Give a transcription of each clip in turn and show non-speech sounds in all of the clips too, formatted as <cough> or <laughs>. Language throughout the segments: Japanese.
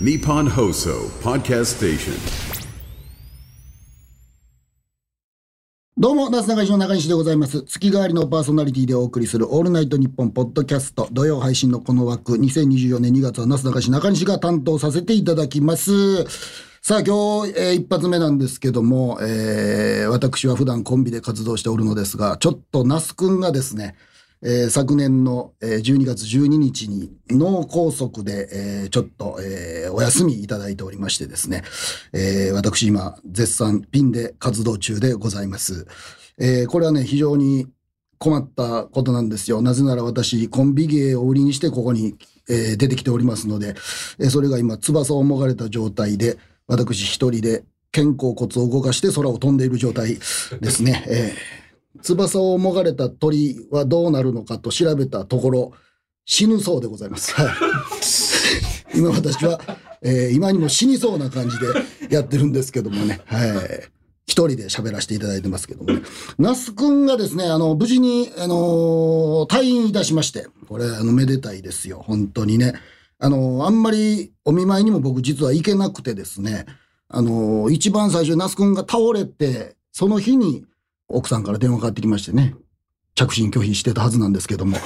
Nippon Hoso Podcast Station. どうも、なすなかいしの中西でございます。月替わりのパーソナリティでお送りするオールナイトニッポンポッドキャスト土曜配信のこの枠、2024年2月はなすなかいし中西が担当させていただきます。さあ、今日、えー一発目なんですけども、えー私は普段コンビで活動しておるのですが、ちょっと那須くんがですね、えー昨年のえー12月12日に脳梗塞で、えーちょっと、えーお休みいただいておりましてですね、えー私今絶賛ピンで活動中でございます。えーこれはね、非常に困ったことなんですよ。なぜなら私、コンビ芸を売りにしてここに、えー出てきておりますので、えーそれが今、翼をもがれた状態で、私一人で肩甲骨を動かして空を飛んでいる状態ですね。えー翼をもがれた鳥はどうなるのかと調べたところ、死ぬそうでございます。はい今私は、えー今にも死にそうな感じでやってるんですけどもね。はい。一人で喋らせていただいてますけどもね。那須くんがですね、あの、無事に、あのー退院いたしまして、これ、あの、めでたいですよ。本当にね。あのーあんまりお見舞いにも僕実は行けなくてですね、あのー一番最初、那須くんが倒れて、その日に奥さんから電話かかってきましてね、着信拒否してたはずなんですけども、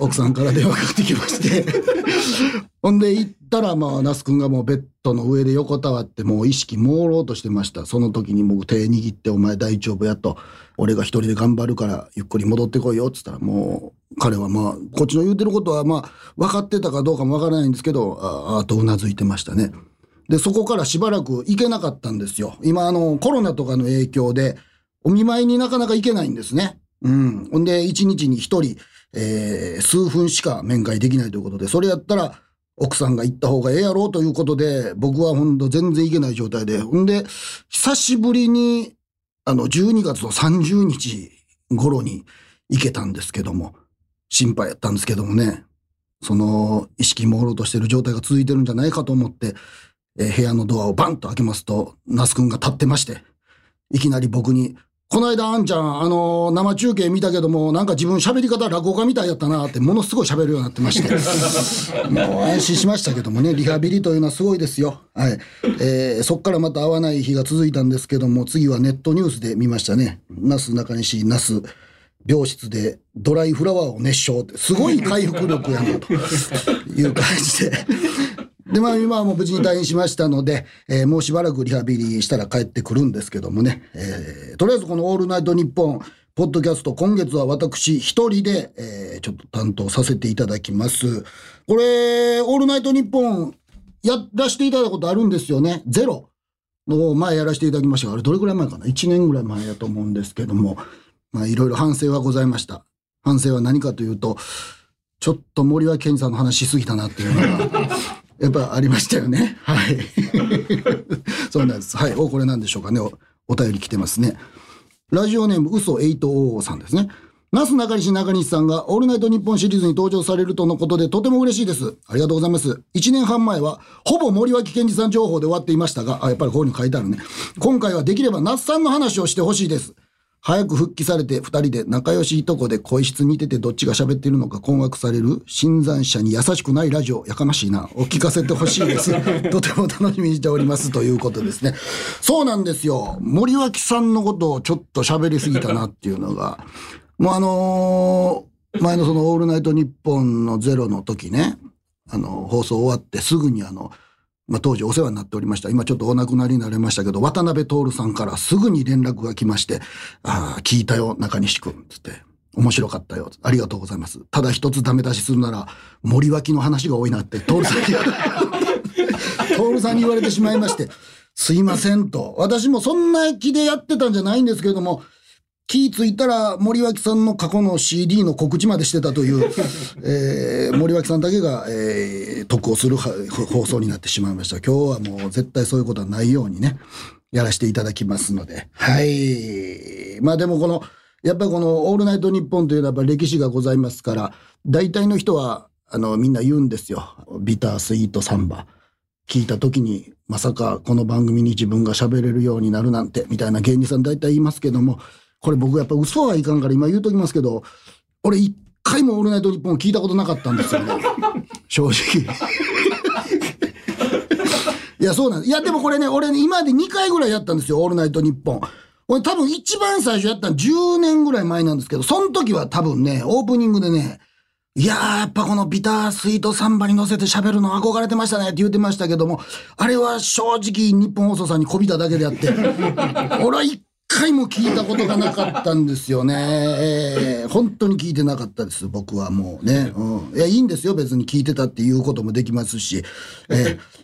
奥さんから電話かかってきまして、ほんで行ったら、まあ、那須君がもうベッドの上で横たわって、もう意識朦朧としてました。その時に僕手握って、お前大丈夫やと、俺が一人で頑張るから、ゆっくり戻ってこいよ、っつったら、もう、彼はまあ、こっちの言うてることは、まあ、分かってたかどうかもわからないんですけど、ああとうなずいてましたね。で、そこからしばらく行けなかったんですよ。今、あの、コロナとかの影響で、お見舞いになかなか行けないんですね。うん。ほんで、一日に一人、えー数分しか面会できないということで、それやったら、奥さんが行った方がええやろうということで、僕はほんと全然行けない状態で、ほんで、久しぶりに、あの、12月の30日頃に行けたんですけども、心配やったんですけどもね、その、意識朦朧としてる状態が続いてるんじゃないかと思って、えー部屋のドアをバンと開けますと、那須くんが立ってまして、いきなり僕に、この間あんちゃん、あのー生中継見たけども、なんか自分喋り方落語家みたいやったなって、ものすごい喋るようになってまして。もう安心しましたけどもね、リハビリというのはすごいですよ。はい。えーそっからまた会わない日が続いたんですけども、次はネットニュースで見ましたね。那須中西、那須。病室でドライフラワーを熱唱って、すごい回復力やなという感じで。で、まあ今はもう無事に退院しましたので、えーもうしばらくリハビリしたら帰ってくるんですけどもね、えーとりあえずこのオールナイトニッポン、ポッドキャスト、今月は私一人で、えーちょっと担当させていただきます。これ、オールナイトニッポン、やらせていただいたことあるんですよね。ゼロの前やらせていただきましたが、あれどれぐらい前かな ?1 年ぐらい前やと思うんですけども、まあいろいろ反省はございました。反省は何かというと、ちょっと森脇健児さんの話しすぎたなっていうのが、やっぱありましたよね。はい。 <laughs> そうなんです。はい。お、これなんでしょうかね。おお便り来てますね。ラジオネーム、嘘855さんですね。ナス中西中西さんが、オールナイト日本シリーズに登場されるとのことで、とても嬉しいです。ありがとうございます。1年半前は、ほぼ森脇健児さん情報で終わっていましたが、あ、やっぱりここに書いてあるね。今回はできれば那須さんの話をしてほしいです。早く復帰されて二人で仲良しいとこで声質見ててどっちが喋ってるのか困惑される新参者に優しくないラジオやかましいなお聞かせてほしいですとても楽しみにしておりますということですねそうなんですよ森脇さんのことをちょっと喋りすぎたなっていうのがもうあのー前のその「オールナイトニッポン」の「ゼロの時ねあの放送終わってすぐにあのまあ、当時お世話になっておりました。今ちょっとお亡くなりになれましたけど、渡辺徹さんからすぐに連絡が来まして、ああ、聞いたよ、中西くん、つって。面白かったよ。ありがとうございます。ただ一つダメ出しするなら、森脇の話が多いなって、徹さんに言われ、徹さんに言われて <laughs> しまいまして、すいませんと。私もそんな気でやってたんじゃないんですけれども、気ぃついたら森脇さんの過去の CD の告知までしてたという、えー森脇さんだけが、えー得をするは <laughs> 放送になってしまいました。今日はもう絶対そういうことはないようにね、やらせていただきますので。はい。まあでもこの、やっぱりこの「オールナイトニッポン」というのはやっぱ歴史がございますから大体の人はあのみんな言うんですよ「ビタースイートサンバ」聞いた時にまさかこの番組に自分が喋れるようになるなんてみたいな芸人さん大体言いますけどもこれ僕やっぱ嘘はいかんから今言うときますけど俺一回も「オールナイトニッポン」聞いたことなかったんですよね正直。 <laughs> いや、そうなんです。いや、でもこれね、俺ね、今まで2回ぐらいやったんですよ、オールナイトニッポン。俺多分一番最初やったの10年ぐらい前なんですけど、その時は多分ね、オープニングでね、いやー、やっぱこのビタースイートサンバに乗せて喋るの憧れてましたねって言ってましたけども、あれは正直日本放送さんにこびただけであって、 <laughs> 俺は一回も聞いたことがなかったんですよね。えー本当に聞いてなかったです、僕はもうね。うん、いや、いいんですよ、別に聞いてたっていうこともできますし、え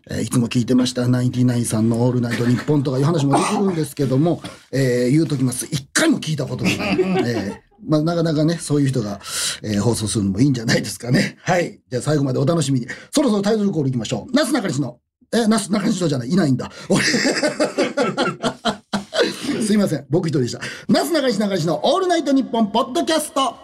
ーえーいつも聞いてました、ナインティナインさんのオールナイト日本とかいう話もできるんですけども、えー言うときます。一回も聞いたことがない。えーまあ、なかなかね、そういう人が、えー放送するのもいいんじゃないですかね。はい。じゃあ最後までお楽しみに。そろそろタイトルコールいきましょう。なすなかにしの。え、なすなかにしのじゃない、いないんだ。 <laughs> 俺すいません。僕一人でした。なすなかにしなかにしのオールナイトニッポンポッドキャスト。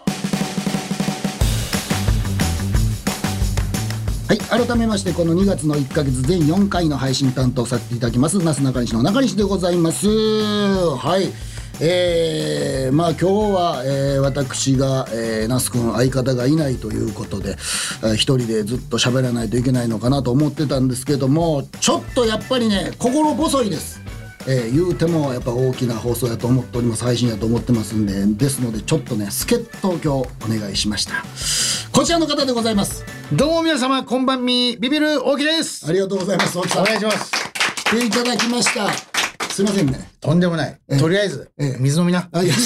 はい、改めましてこの2月の1ヶ月全4回の配信担当させていただきますなすなかにしの中西でございますはいえー、まあ今日は、えー私が、えー、那須君相方がいないということで、えー一人でずっと喋らないといけないのかなと思ってたんですけどもちょっとやっぱりね心細いですえー言うてもやっぱ大きな放送やと思っております配信やと思ってますんでですのでちょっとね助っ人を今日お願いしましたこちらの方でございますどうも皆様、こんばんみ、ビビる大木です。ありがとうございます。おお願いします。来ていただきました。すいませんね。とんでもない。とりあえず、水飲みな。あ、いや、一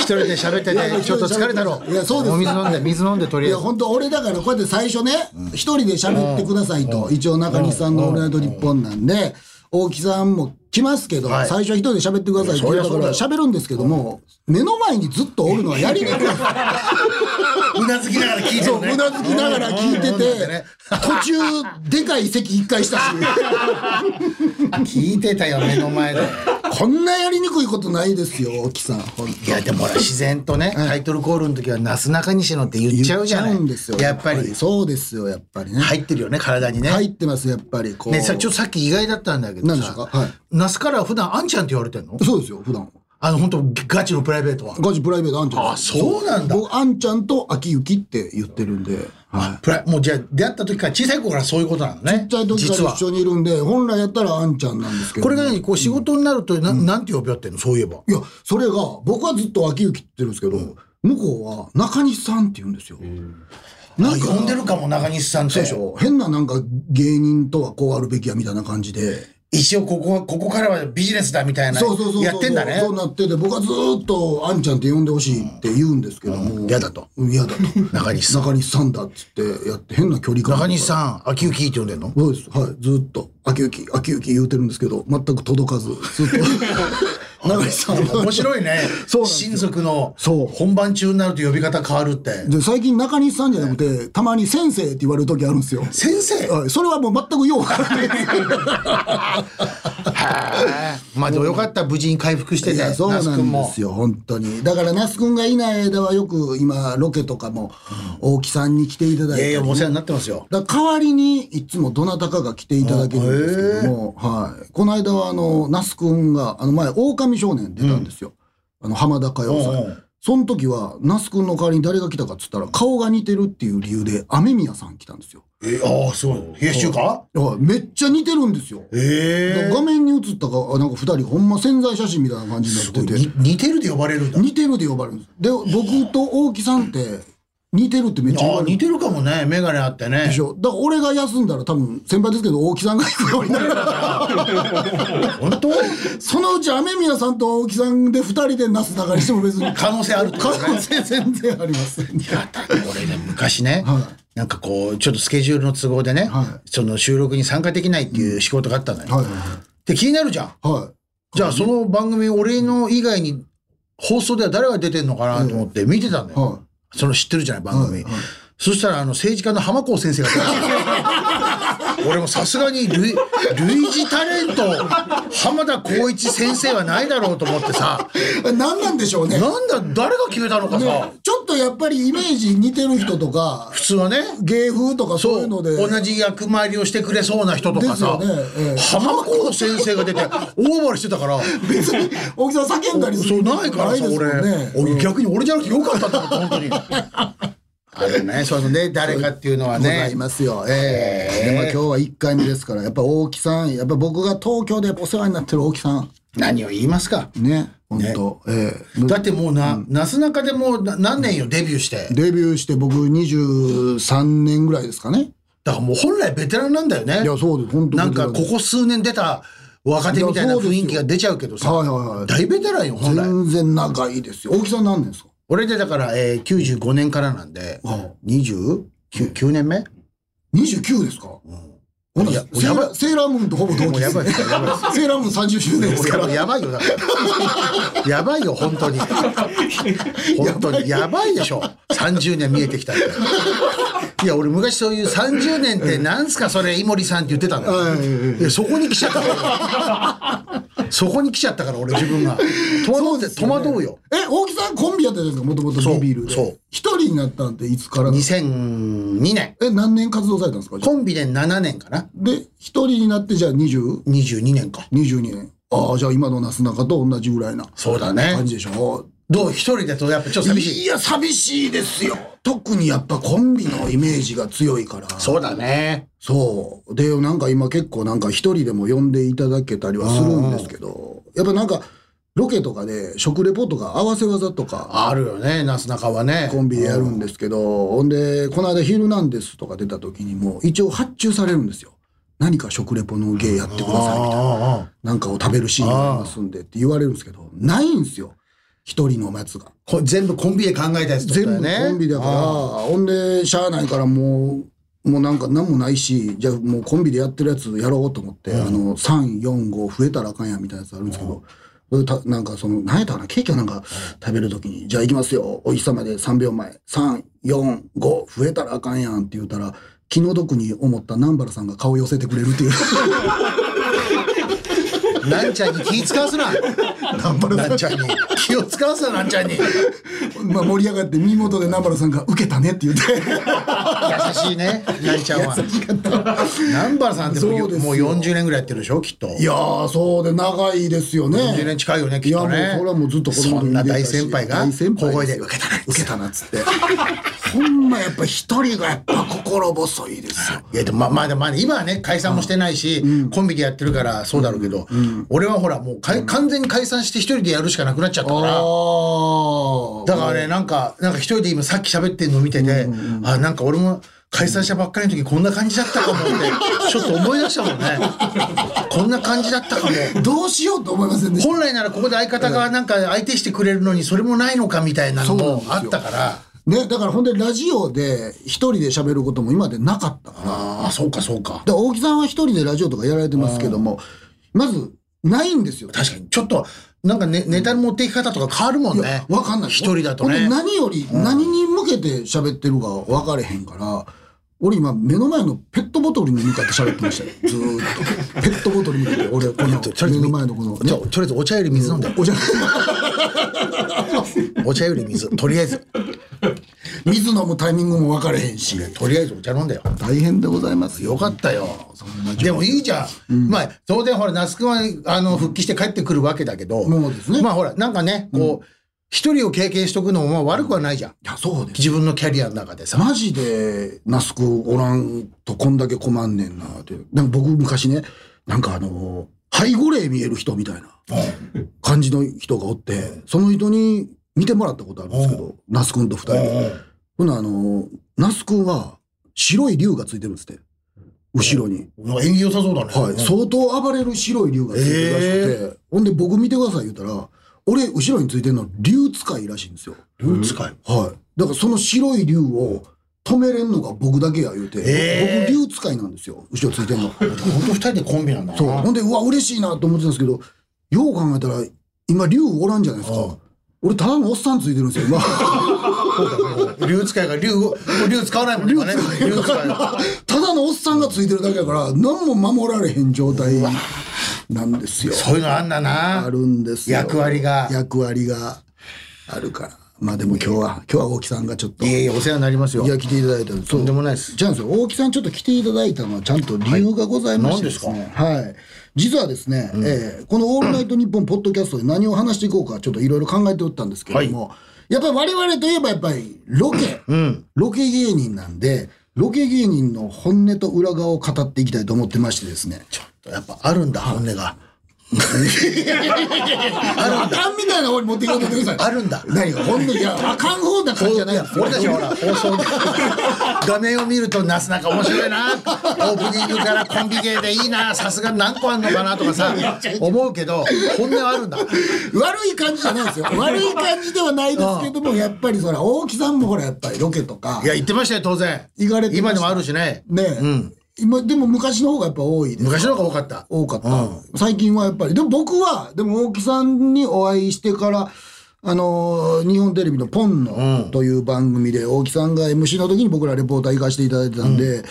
人で喋っていやいやて、ちょっと疲れたろ。いやそうですお水飲んで、水飲んで、といりあやえず。本当俺だからこうやって最初ね、一人で喋ってくださいと、一応中西さんの「オールナイトニッポン」なんで、大木さんも来ますけど、はい最初は一人で喋ってくださいって言うたかいらやそ喋るんですけども、目の前にずっとおるのはやりにくい。うなずきながら聞いてそう、うなずきながら聞いてて、途中、でかい席一回したし、聞いてたよ、目の前で。こんなやりにくいことないですよ、大木さん。本当いや、でもほら、自然とね、タイトルコールの時は、なすなかにしのって言っちゃうじゃない言っちゃうんですよ。やっぱり、そうですよ、やっぱりね。入ってるよね、体にね。入ってます、やっぱり。こう。ね、さ、ちょっとさっき意外だったんだけど何ですかさはい、那須から普段あんちゃんって言われてんのそうですよ、普段。あの、本当ガチのプライベートは。ガチプライベートあんちゃんです。あそうなんだ僕、あんちゃんと秋雪って言ってるんで。はい。プライもうじゃあ出会った時から小さい子からそういうことなのちっね。ちゃい時か実らは一緒にいるんで、本来やったらあんちゃんなんですけど。これが何こう仕事になるとな、ん、なんて呼び合ってんのそういえば。いや、それが、僕はずっと秋雪って言ってるんですけど、向こうは中西さんって言うんですよ。なんか、呼んでるかも中西さんってそうでしょ変ななんか芸人とはこうあるべきやみたいな感じで。一応ここはここからはビジネスだみたいなそうそうそうそうやってんだねそうなってて僕はずーっと「あんちゃん」って呼んでほしいって言うんですけどもうん嫌だとうん嫌だと <laughs> 中西さん中西さんだっつってやって変な距離感中西さん秋行きって呼んでんのそうですはいずーっと「秋雪秋雪」言うてるんですけど全く届かずずっ <laughs> と中西さんは面白いねそうなんです親族のそう本番中になると呼び方変わるってで最近中西さんじゃなくてたまに「先生」って言われる時あるんですよ先生はいそれはもう全く用が <laughs> ないですまあでもよかった無事に回復していねやそう那須なん君でもすよ本当にだから那須君がいない間はよく今ロケとかも大木さんに来ていただいいて、やいやもうお世話になってますよだから代わりにいつもどなたかが来ていただけるんですけども、はい、この間はあの那須君があの前「狼少年」出たんですよ、あの浜田歌謡さん、うんうんその時は那須君の代わりに誰が来たかっつったら顔が似てるっていう理由で雨宮さん来たんですよえああすごい冷やし中華だからめっちゃ似てるんですよ、え画面に映ったかなんか2人ほんま潜在写真みたいな感じになっててえ似てるで呼ばれるんだ似てるで呼ばれるんですで僕と大木さんって似てるってめっちゃ言あわあれる似てるかもね眼鏡あってねでしょだから俺が休んだら多分先輩ですけど大木さんが行くようになる本当そのうち雨宮さんと大木さんで2人でなすなかにしても別に可能性あるってこ可とね能性全然ありますやだ俺ね昔ね、はなんかこうちょっとスケジュールの都合でね、はその収録に参加できないっていう仕事があったのよ、はいで気になるじゃんはじゃあその番組俺の以外に放送では誰が出てんのかなと思って見てたのいよ、はその知ってるじゃない番組、そしたらあの政治家の浜子先生が出て <laughs> きて俺もさすがに類類似タレント浜田浩一先生はないだろうと思ってさい何なんでしょうねなんだ誰が決めたのかさ、ねちょっとやっぱりイメージ似てる人とか普通はね芸風とかそういうので同じ役回りをしてくれそうな人とかさ、ですよねええ浜子先生が出て大暴れしてたから。別に大木さん叫んだりすそうるないからですさ、もん俺、ね俺逆に俺じゃなくてよかったと思って本当に。 <laughs> あるね。そうそう。で、誰かっていうのはござねい。ますよ。ええでも今日は1回目ですから、やっぱ大木さん、やっぱ僕が東京でお世話になってる大木さん、何を言いますか。ね、本当、ええだってもうな、なすなかでもうな何年よ、デビューして。デビューして僕23年ぐらいですかね。だからもう本来ベテランなんだよね。いや、そうです、本当なんかここ数年出た若手みたいな雰囲気が出ちゃうけどさ、はいはいはい大ベテランよ、本来。全然仲いいですよ。大木さん何年ですか俺でだから、えー、95年からなんで、29 9年目 ?29 ですか、ほんならいやセーやばラーセーラームーンとほぼ同期です、もうやばいですよやばいでセーラームーン30周年ですかやらば。やばいよ、だ <laughs> から。やばいよ、本当に。本当に。やばいでしょ。30年見えてきたって。いや、俺昔そういう30年ってなんすか、それ、井森さんって言ってたの。いや、そこに来ちゃったから。そこに来ちゃったから、俺自分が。戸惑って、戸惑うよ。 <laughs> え、大木さんコンビやってたじゃないですか、もともとそうビビールで。そう一人になったんっていつからですか2002年。え、何年活動されたんですかじゃあコンビで7年かな。で、一人になってじゃあ 20?22 22年か。年。ああ、じゃあ今のなすなかと同じぐらいなそうだね。感じでしょ。どう一人だとやっぱちょっと寂しい。いや、寂しいですよ。特にやっぱコンビのイメージが強いから。そうだね。そう。で、なんか今結構なんか一人でも呼んでいただけたりはするんですけど、やっぱなんかロケとかで食レポとか合わせ技とかあるよね、なすなかはね。コンビでやるんですけど、ほんで、この間ヒルナンデスとか出た時にも一応発注されるんですよ。何か食レポの芸やってくださいみたいな。ああなんかを食べるシーンがありますんでって言われるんですけど、ないんですよ。一人のやつが。こ全部コンビで考えたやつっ全てことだ部よね。コンビだから、ああほんで、しゃあないからもう、もうなんか何もないし、じゃあもうコンビでやってるやつやろうと思って、あの、3、4、5増えたらあかんやみたいなやつあるんですけど、それたなんかその、何やったかな、ケーキをなんか食べるときに、じゃあ行きますよ、お日様で3秒前、3、4、5増えたらあかんやんって言ったら、気の毒に思った南原さんが顔寄せてくれるっていう。 <laughs> なんちゃんに気使わすな。なんちゃんに。気を使わすな、なんちゃんに。優まあ盛り上がって見事で南原さんが「受けたね」って言ってしいね、なんちゃんは。南原さんってもうそうですよもう40年ぐらいやってるでしょ、きっと。いやーそうで長いですよね40年近いよね、きっといやもねう。これはもうずっと子供のそ時んな大先輩が、大先小輩声で受けたね。受けたなっつって <laughs> ほんまやっぱ一人がやっぱ心細いですよいやでもまあまあでもまあ今はね解散もしてないし、コンビでやってるからそうだろうけど、俺はほらもうかい完全に解散して一人でやるしかなくなっちゃったかあらだからねなんかなんか一人で今さっき喋ってんの見てて、あなんか俺も解散したばっかりの時こんな感じだっ <laughs> たかもってちょっと思い出したもんねこんな感じだったかもあどうしようと思いませんでした本来ならここで相方がなんか相手してくれるのにそれもないのかみたいなのもそうあなんでっすよたからねだからほんでラジオで一人で喋ることも今までなかったからああそうかそうかで大木さんは一人でラジオとかやられてますけどもまずないんですよ確かにちょっとなんか、ね、ネタの持っていき方とか変わるもんねわかんない一人だとほんねで何より何に向けて喋ってるか分かれへんから、俺今目の前のペットボトルに向かって喋ってま <laughs> したよずーっとペットボトルに向かって俺このとりあえず目の前のこの、じゃあねとりあえずお茶より水飲んで、お茶お茶より水とりあえず水飲むタイミングも分かれへんしとりあえずお茶飲んだよ大変でございますよよかったよでもいいじゃん、まあ当然ほら那須君はあの復帰して帰ってくるわけだけど、そうですねまあほらなんかねこう一、人を経験しとくのもまあ悪くはないじゃんいやそうです自分のキャリアの中でさ、マジで、那須君おらんとこんだけ困んねんなって。なんか僕昔ね、なんかあのー背後霊見える人みたいな感じの人がおって、その人に見てもらったことあるんですけど、那須君と二人で。ほな、あのー、那須君は白い竜がついてるんですって。後ろに。なんか縁起良さそうだね、はい。相当暴れる白い竜がついてるらしくて。ほんで僕見てください言ったら、俺後ろについてるの竜使いらしいんですよ。うん使いはい。だからその白い竜を止めれんのが僕だけや言うて、えー僕竜使いなんですよ。後ろついてんの。ほんと二人でコンビなんだなそう。ほんで、うわ、嬉しいなと思ってたんですけど、よう考えたら、今竜おらんじゃないですか。俺ただのおっさんついてるんですよ、 <laughs> 今。竜使いが竜を竜使わないもんね今ね竜使いがただのおっさんがついてるだけやから、何も守られへん状態なんですよ。そういうのあんだなあるんですよ。役割が役割があるから。まあでも今日は、今日は大木さんがちょっと。いえいえお世話になりますよいや、来ていただいたんとんでもないですじゃあですよ大木さんちょっと来ていただいたのはちゃんと理由がございましてですね。はい。実はですね、えーこの「オールナイトニッポン」ポッドキャストで何を話していこうかちょっといろいろ考えておったんですけれども、やっぱり我々といえばやっぱりロケ、ロケ芸人なんで、ロケ芸人の本音と裏側を語っていきたいと思ってましてですね。ちょっとやっぱあるんだ、本音が。あの、あかんみたいな方に持っていかんとってください。あるんだ。何が本音、いや、あかん方な感じじゃないいやんですよ俺たちはほら、放送で画面を見ると、なすなか面白いな、オープニングからコンビ芸でいいな、さすが何個あんのかなとかさ、思うけど、本音はあるんだ。悪い感じじゃないですよ。悪い感じではないですけども、やっぱりそら、大木さんもほら、やっぱりロケとかい、や、言ってましたよ、当然。行かれてました今でもあるしね。ね、今、でも昔の方がやっぱ多いです。昔の方が多かった。多かった、最近はやっぱりでも僕はでも大木さんにお会いしてからあのー日本テレビの「ポンのという番組で大木さんが MC の時に僕らレポーター行かせていただいてたんで、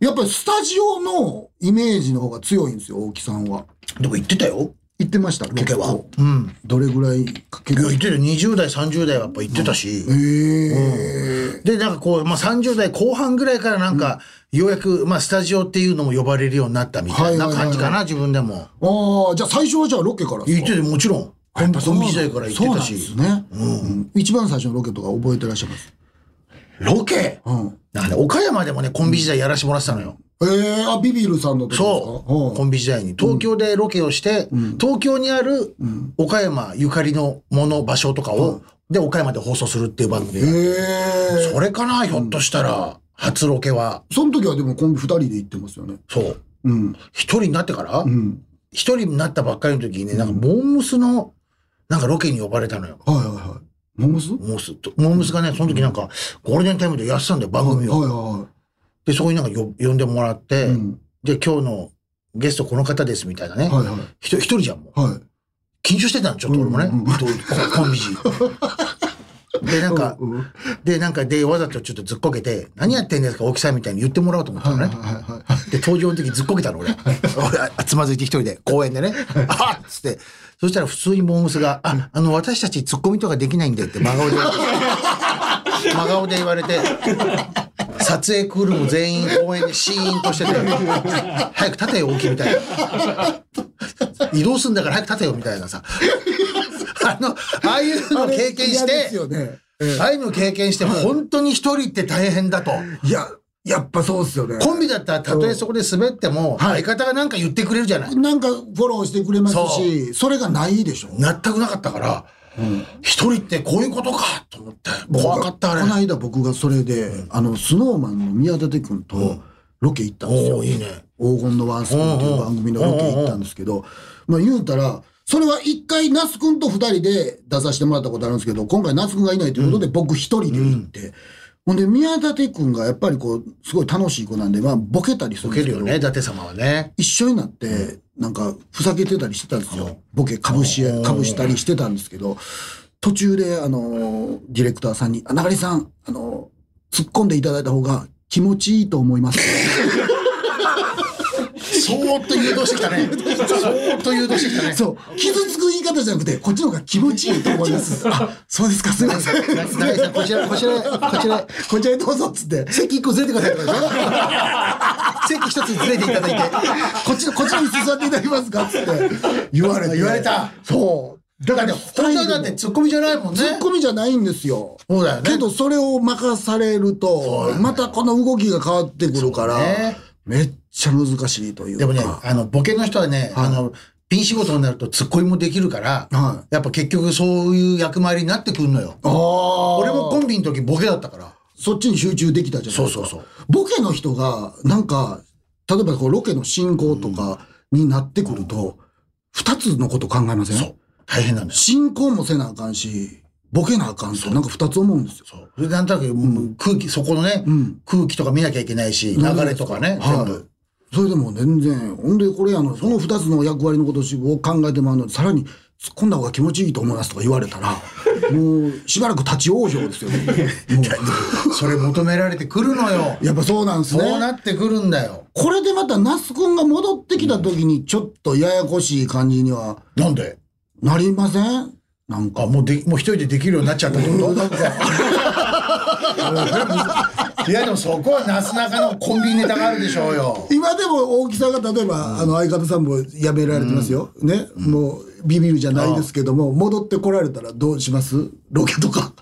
やっぱりスタジオのイメージの方が強いんですよ大木さんはでも言ってたよ。行ってましたロケはうん、どれぐらいかけいや、る言ってるよ。20代、30代はやっぱ言ってたし。えーで、なんかこう、まあ、30代後半ぐらいからなんか、ようやく、まあ、スタジオっていうのも呼ばれるようになったみたいなはいはいはい感じかな、自分でも。ああじゃあ最初はじゃあロケからです言かってて、もちろん。コンビコンビ時代から言ってたそしう。なんですね、うん一番最初のロケとか覚えてらっしゃいます、ロケうん、なんで、岡山でもね、コンビ時代やらしてもらってたのよ。えー、あビビるさんの時ですかそんう。コンビ時代に。東京でロケをして、東京にある岡山ゆかりのもの、場所とかを、で、岡山で放送するっていう番組が。ええそれかな、ひょっとしたら、初ロケは。その時はでもコンビ二人で行ってますよね。そう。うん。一人になってからうん。一人になったばっかりの時にね、なんか、モームスの、なんかロケに呼ばれたのよ。はいはいはい。モームスモームスと、モームスがね、その時なんか、ゴールデンタイムでやってたんだよ、番組を。はいはで、そこになんかよ呼んでもらって、いはい。うん。で、今日のゲストこの方です、みたいなね。はいはい。ひと一人じゃん、もう。はい。緊張してたの、ちょっと俺もね。うんうんどうコンビ時。で、なんか、うんはいで、なんか、で、わざとちょっとずっこけて、何やってんですか、大木さんみたいに言ってもらおうと思ったのはいね。はい <laughs> はい。で、登場の時ずっこけ <laughs> たの、俺。俺、あつまずいて一人で、公園でね。あっつって。そしたら普通にモームスが、あ、あの、私たちツッコミとかできないんだよって真顔で言われ <laughs> て。真顔で言われて。撮影クールも全員公園でシーンとしてて、早く立てよ、大きいみたいな。移動すんだから早く立てよ、みたい <laughs> なさ。あの、ああいうの経験しあれ嫌ですて、よね。ああいうの経験して、本当に一人って大変だと。いや、やっぱそうっすよね。コンビだったらたとえそこで滑ってもは相い方が何か言ってくれるじゃないなんかフォローしてくれますし、それがないでしょ。全くなかったから一人ってこういうことかと思って怖かったあれこの間僕がそれで、あの、スノーマンの宮舘君とロケ行ったんですよ。おおいいね黄金のワンスプーンっていう番組のロケ行ったんですけど、まあ言うたら、それは一回、那須君と二人で出させてもらったことあるんですけど、今回那須君がいないということで僕一人で行って、ほんで宮舘君がやっぱりこう、すごい楽しい子なんで、まあボケたりするん受でけするけど、よね伊達様はね一緒になって、なんか、ふざけてたりしてたんですよ。ボケかぶし、かぶしたりしてたんですけど、途中で、あのー、ディレクターさんに、あ、中西さん、あのー、突っ込んでいただいた方が気持ちいいと思います。そーっと誘導してきたねそーっ <laughs> と誘導してきたねそう、傷つく言い方じゃなくて、こっちの方が気持ちいいと思います。あ、そうですか、すみません。な中井さんこちらこちらこちらこちらへどうぞっつって。席一個ずれてください <laughs> とかでしょ席一つずれていただいてこっち、こっちに座っていただけますかっつって言われて。言われたそう。だだかってら、本当はだってツッコミじゃないもんねツッコミじゃないんですよ。そうだよねけど、それを任されると、またこの動きが変わってくるから、そうねめっちゃ難しいというか。でもね、あの、ボケの人はね、あの、ピン仕事になるとツッコミもできるから、はやっぱ結局そういう役回りになってくるのよ。ああ。俺もコンビの時ボケだったから。そっちに集中できたじゃないですそかう。そうそう。ボケの人が、なんか、例えばこうロケの進行とかになってくると、二つのこと考えませそんう。大変なんだよ。進行もせなあかんし、ボケなあかんと、なんか二つ思うんですよ。そう。それでなんとなくもう空気、そこのね、ん空気とか見なきゃいけないし、流れとかね、全はい部。それでもう全然、ほんでこれあの、その二つの役割のことを考えてもらうのに、さらに突っ込んだ方が気持ちいいと思いますとか言われ <laughs> たら、もうしばらく立ち往生ですよね。もそれ求められてくるのよう。やっぱそうなんですね。そうなってくるんだよ。これでまた那須君が戻ってきた時に、ちょっとややこしい感じにはなんでなりませんなんかあ、。もうで、もう一人でできるようになっちゃったってこと <laughs> いや、でもそこはなすなかのコンビネタがあるでしょうよ。今でも大木さんが例えば、あの相方さんも辞められてますよ、ね、もうビビるじゃないですけども戻ってこられたらどうしますロケとかか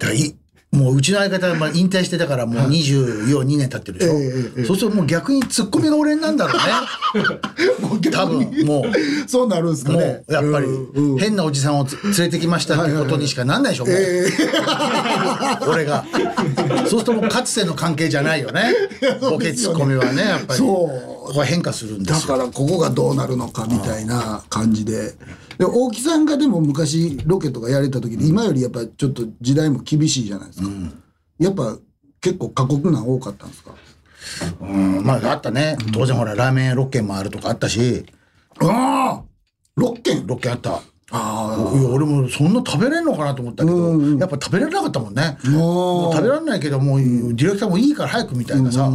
らいもううちの相方はまあ引退してだからもう24、2年経ってるでしょ、ええええそうするともう逆にツッコミが俺になんだろう <laughs> ね多分もうそうなるんですかもねう。やっぱりうんうん変なおじさんをつ連れてきましたってことにしかなんないでしょ、もうえ <laughs> 俺がそうするともうかつての関係じゃないよ <laughs> ねボケツッコミはねやっぱりそうここは変化するんでだすよからここがどうなるのかみたいな感じで。で大木さんがでも昔ロケとかやれた時に今よりやっぱちょっと時代も厳しいじゃないですか。やっぱ結構過酷なん多かったんですかうんまああったね当然ほらラーメン屋6軒もあるとかあったしああ !6 件6軒あったあいや俺もそんな食べれんのかなと思ったけど、やっぱ食べられなかったもんねもう食べられないけどもうディレクターもいいから早くみたいなさ、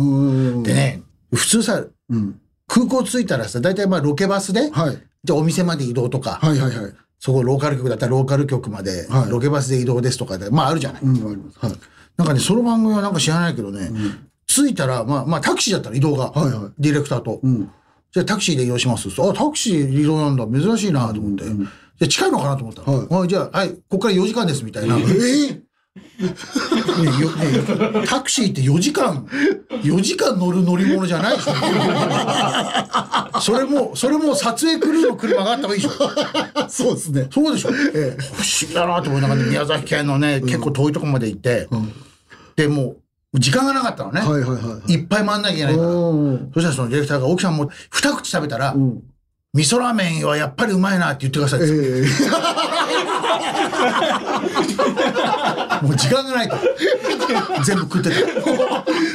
でね普通さ、空港着いたらさ大体まあロケバスで、あはい。じゃあお店まで移動とか、はいはいはい。そこローカル局だったらローカル局まで、はいロケバスで移動ですとかでまああるじゃない、うん、あります。はい。なんかねその番組はなんか知らないけどね、着いたらまあまあタクシーだったら移動が、はいはいディレクターと、じゃあタクシーで移動しますあタクシーで移動なんだ珍しいなと思って、で近いのかなと思ったの、あじゃあはいここから4時間ですみたいな、えねよねタクシーって4時間、4時間乗る乗り物じゃないで <laughs> しょ。それも、それも撮影クルーの車があった方がいいでしょ。えそうですね。そうでしょ。不思議だなと思いながら、宮崎県のね、結構遠いとこまで行って、で、もう、時間がなかったのね。はいはいはいはいっぱい回んなきゃいけないから。うん。そしたらそのディレクターが、奥さんも二口食べたら、味噌ラーメンはやっぱりうまいなって言ってくださいってええもう時間がないと。 <laughs> 全部食ってた。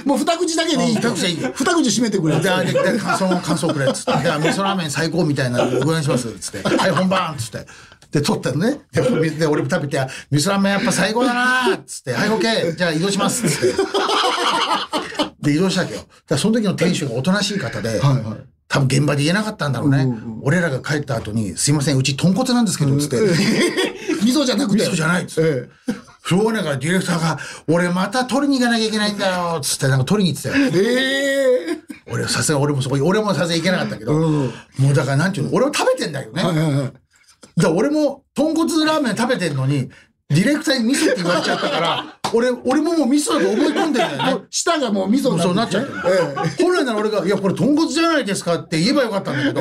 もう二口だけでいいと。うん二口でいいよ二口締めてくれ。で、あでで感想感想くれっつって「いや味噌ラーメン最高」みたいな「お願いします」っつって「はい本番」っつって。で、撮ったのね。で、俺で俺も食べて、あ味噌ラーメンやっぱ最高だなーっつって、はい、オッケーじゃあ移動しますっつって。で、移動したわけよ。だからその時の店主がおとなしい方で、はいはい多分現場で言えなかったんだろうね。俺らが帰った後に、すいません、うち豚骨なんですけど、つって。 <laughs> 味噌じゃなくて。味噌じゃないっつってえしょうがないからディレクターが、俺また取りに行かなきゃいけないんだよ、つって、なんか取りに行ってたよ。え。ええ。俺さすがに俺もそこ俺もさすがに行けなかったけど、もうだからなんていうの俺は食べてんだよね、はいはいはい。だから俺も豚骨ラーメン食べてんのにディレクターに味噌って言われちゃったから <laughs> 俺俺ももう味噌だと思い込んでる <laughs> んだよね舌がもう味噌そうなっちゃっうてる、本来なら俺が「いやこれ豚骨じゃないですか」って言えばよかったんだけど、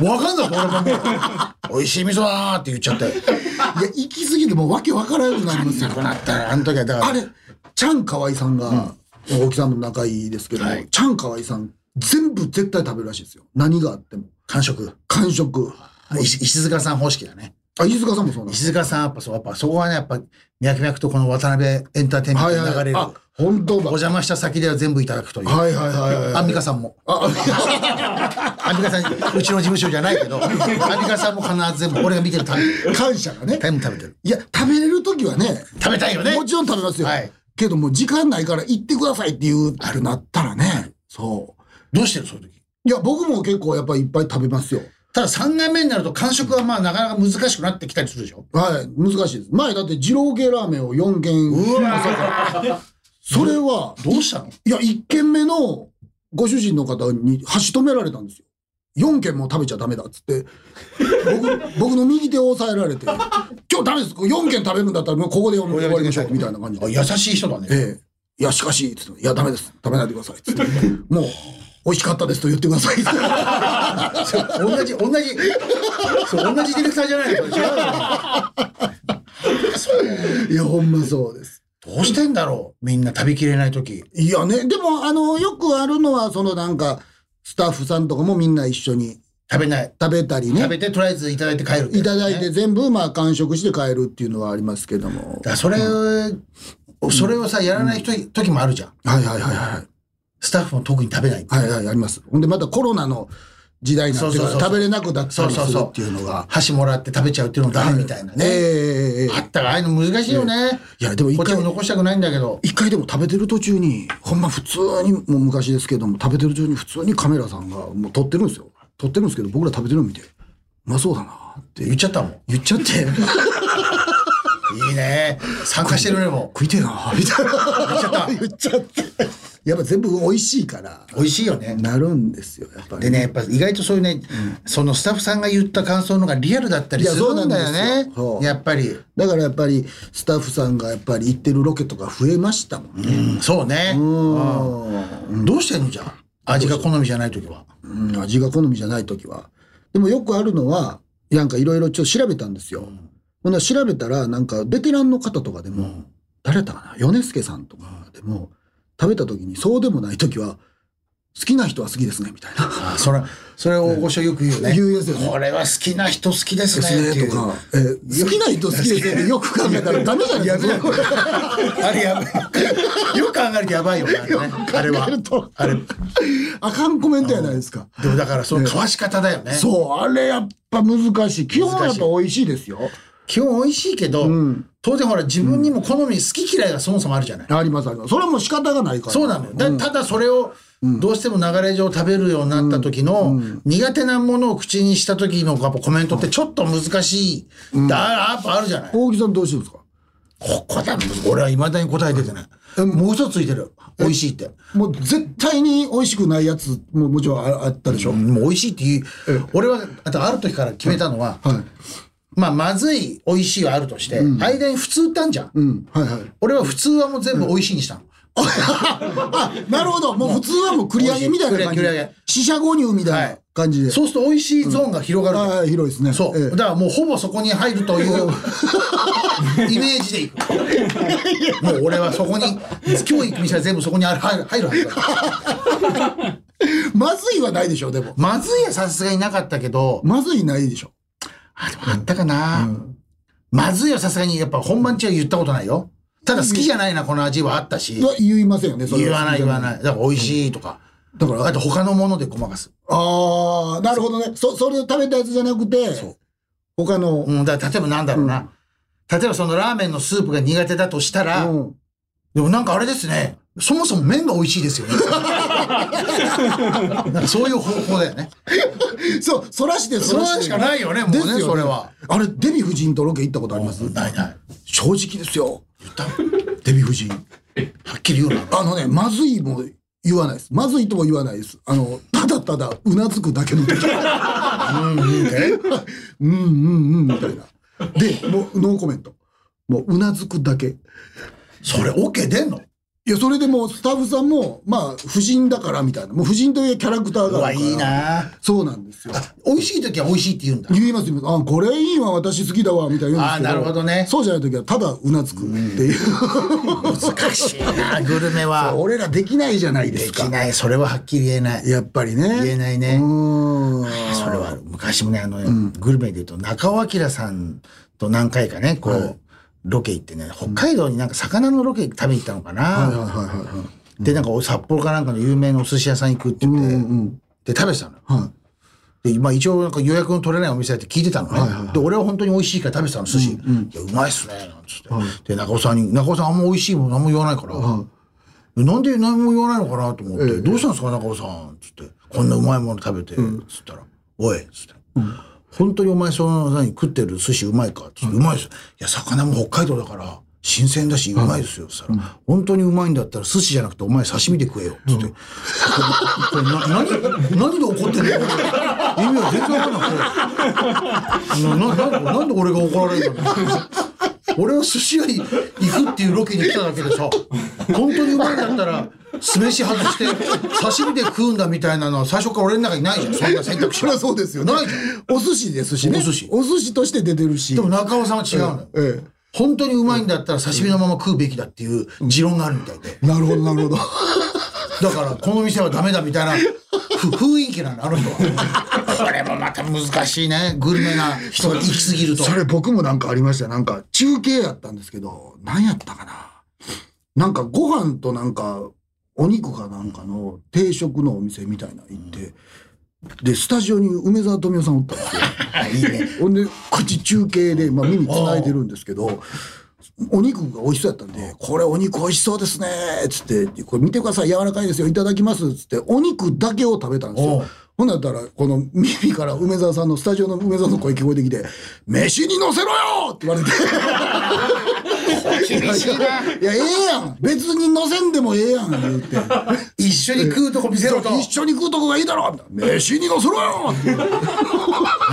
分かんない俺もも <laughs> う「美味しい味噌だな」って言っちゃっていや行き過ぎてもう訳分からなくなりますよなくなったらあの時はだからあれチャンカワイさんが、大木さんも仲いいですけど、はいチャンカワイさん全部絶対食べるらしいですよ何があっても完食完食石石塚さん方式だねあ飯塚さんもそうなんです石塚さんやっぱそうやっぱそこはねやっぱ脈々とこの渡辺エンターテインメントに流れる、あ本当だおはい邪魔した先では全部いただくという。はいはいはいアンミカさんも。 <laughs> アンミカさん、うちの事務所じゃない <laughs> けど、アンミカさんも必ず全部、俺が見てるタイム。感謝がねタイム食べてる。いや食べれる時はね食べたいよねも。ちろん食べますよ、はいけどもう時間ないから行ってくださいって言うってなったらねそどうしてるそういう時。ういや僕も結構やっぱりいっぱい食べますよただ3回目になると完食はまあなかなか難しくなってきたりするでしょ。はい、難しいです。前だって二郎系ラーメンを4軒。それは、どうしたのいや、1軒目のご主人の方に箸止められたんですよ。4軒も食べちゃダメだっつって、僕、僕の右手を押さえられて、今日ダメです。4軒食べるんだったらもうここで終わりましょう。みたいな感じあで。優しい人だね。ええ。いや、しかし、つっていや、ダメです。食べないでください。つってもう、美味しかったですと言ってください。そう同じ、同 <laughs> じ、そう、同じディレクターじゃないの違うよいや、 <laughs> ほんまそうです。どうしてんだろうみんな食べきれない時。いやね、でも、あの、よくあるのは、そのなんか、スタッフさんとかもみんな一緒に食べない。食べたり食ね、べてとりあえずいただいて帰るっていねただいて全部、まあ、完食して帰るっていうのはありますけども。だからそれ、それをさ、やらない人、時もあるじゃん。はいはいはいはい。スタッフも特に食べない。はいはい、あります。ほんで、またコロナの時代になってかそうそうそらう食べれなくなったそうりすそうるそう。っていうのが。箸もらって食べちゃうっていうのもダメみたいなええね。ええええあったら、ああいうの難しいよね。いやでも一こ回っちも残したくないんだけど。一回でも食べてる途中に、ほんま普通に、もう昔ですけども、食べてる途中に普通にカメラさんがもう撮ってるんですよ。撮ってるんですけど、僕ら食べてるの見て、うまそうだなって <laughs> 言っちゃったもん。言っちゃって。いいね。参加してるねも食いてえなみたいな言っちゃった <laughs> 言っちゃってやっぱ全部美味しいから美味しいよね。なるんですよやっぱりでね、やっぱ意外とそういうね、そのスタッフさんが言った感想のがリアルだったりするんだよいやそうなんでねすよそ。うやっぱり。だからやっぱりスタッフさんがやっぱり行ってるロケとか増えましたもんね、うんそうね。うんどうしてんのじゃあ味が好みじゃない時は。うん味が好みじゃない時はでもよくあるのはなんかいろいろちょっと調べたんですよ、ほんなら調べたらなんかベテランの方とかでも、誰だかな米助さんとかでも食べた時にそうでもない時は好きな人は好きですねみたいなあそれ、それを大御所よく言うね。 <laughs> 言うやつですねこれは好きな人好きですね。ですねとか、えー好きな人好きですねってよく考えたらダメじゃないですか。あれやばい。よく考えるとやばいよね。あれねあれは。あれ。あかんコメントやないですか。でもだからそのかわし方だよね。そう、あれやっぱ難しい。基本はやっぱ美味しいですよ。基本美味しいけど、当然ほら自分にも好み好き嫌いがそもそもあるじゃない。ありますあります。それはもう仕方がないから。そうなのよ。だただそれをどうしても流れ上食べるようになった時の苦手なものを口にした時のやっぱコメントってちょっと難しい。だやっぱあるじゃない。大木さんどうしてるんですかここだ。俺は未だに答え出てない。もう嘘ついてる。美味しいって。もう絶対に美味しくないやつももちろんああったでしょ。もう美味しいって言う。俺は、あとある時から決めたのは、はい。まあ、まずい、美味しいはあるとして、間に普通ってあんじゃん。うん。はいはい。俺は普通はもう全部美味しいにしたの。あ、なるほど。もう普通はもう繰り上げみたいな感じ繰り上げ繰り上げ。四捨五入みたいな感じで。 <laughs> そうすると美味しいゾーンが広がるじゃん。ああ、広いですね。そう、ええだからもうほぼそこに入ると <laughs> いうイメージでいくもう俺はそこに今日行く店は全部そこにある入る入るはずだまずいはないでしょ、でも。まずいはさすがになかったけどまずいないでしょ。あでもあったかな、まずいはさすがにやっぱ本番中は言ったことないよただ好きじゃないなこの味はあったしいや言いませんよね、それ言はわない言わないだから美味しいとか、だからあと他のものでごまかす、ああ、なるほどね。そ、それを食べたやつじゃなくて、他の、うん、だから例えばなんだろうな、例えばそのラーメンのスープが苦手だとしたら、うんでもなんかあれですね。そもそも麺が美味しいですよ <laughs> ね。なんかそういう方法だよね。そう、そらしてそらして。それしかないよねもうねですよそれは。あれ、デヴィ夫人とロケ行ったことありますないない。正直ですよ。言ったデヴィ夫人。はっきり言うな。あのね、まずいも言わないです。まずいとも言わないです。あの、ただただうなずくだけ <laughs> の時。うんうんうん、みたいな。で、もう、ノーコメント。もう、うなずくだけ。それ OK 出んのいや、それでもうスタッフさんも、まあ、夫人だからみたいな。もう夫人というキャラクターうがあわ、るいから。いなそうなんですよ。美味しい時は美味しいって言うんだ。言います言います。あ、これいいわ、私好きだわ、みたいな言うんですけど。あなるほどねそうじゃない時は、ただうなずくっていう。 <laughs> 難しいなグルメは。俺らできないじゃないでですきか。ない。それははっきり言えない。やっぱりね。言えないねうーん。それは昔もね、あのね、グルメで言うと中尾明さんと何回かね、こう、ロケ行ってね、北海道になんか魚のロケ食べに行ったのかな。はいはいはいはい。で、なんかお札幌かなんかの有名なお寿司屋さん行くって言って、で、食べてたのよ。はで、まあ一応なんか予約の取れないお店だって聞いてたのね。で、俺は本当に美味しいから食べてたの、寿司。いや、うまいっすね、なんつって。で、中尾さんに、中尾さんあんま美味しいもん何も言わないから、なんで何も言わないのかなと思って、どうしたんですか、中尾さん。つって、こんなうまいもの食べて、つったら、おい、つって。本当にお前その何食ってる寿司うまいかつって、うまいです。いや、魚も北海道だから、新鮮だし、うまいですよ。つったら、本当にうまいんだったら寿司じゃなくてお前刺身で食えよ。つって。これな何何で怒ってんの意味は全然わかんないななななんで俺が怒られるんだろう俺は寿司屋に行くっていうロケに来ただけでさ本当にうまいんだったら酢飯外して刺身で食うんだみたいなのは最初から俺の中にないじゃんそんな選択肢そりゃそうですよね。ないじゃんお寿司ですしね。お寿司お寿司として出てるし。でも中尾さんは違うのよ、ええ本当にうまいんだったら刺身のまま食うべきだっていう持論があるみたいでなるほど、なるほど。だからこの店はダメだみたいなふ <laughs> 雰囲気なのあの人はこれもまた難しいねグルメな人が行き過ぎるとそれ僕もなんかありました。なんか中継やったんですけど、何やったかな。なんかご飯となんかお肉かなんかの定食のお店みたいなの行って、で、スタジオに梅沢富美男さんおったんですよ。 <laughs> いいねほんで、口中継で、まあ耳繋いでるんですけど、お肉が美味しそうやったんで、これお肉美味しそうですねっつって、これ見てください、柔らかいですよ、いただきますっつって、お肉だけを食べたんですおよう。ほんだったら、この耳から梅沢さんの、スタジオの梅沢の声聞こえてきて、飯に乗せろよって言われて。 <laughs> 厳しいな。いや、ええやん。別に乗せんでもええやん。言 <laughs> って。一緒に食うとこ見せろと。一緒に食うとこがいいだろみたいな飯に乗せろよ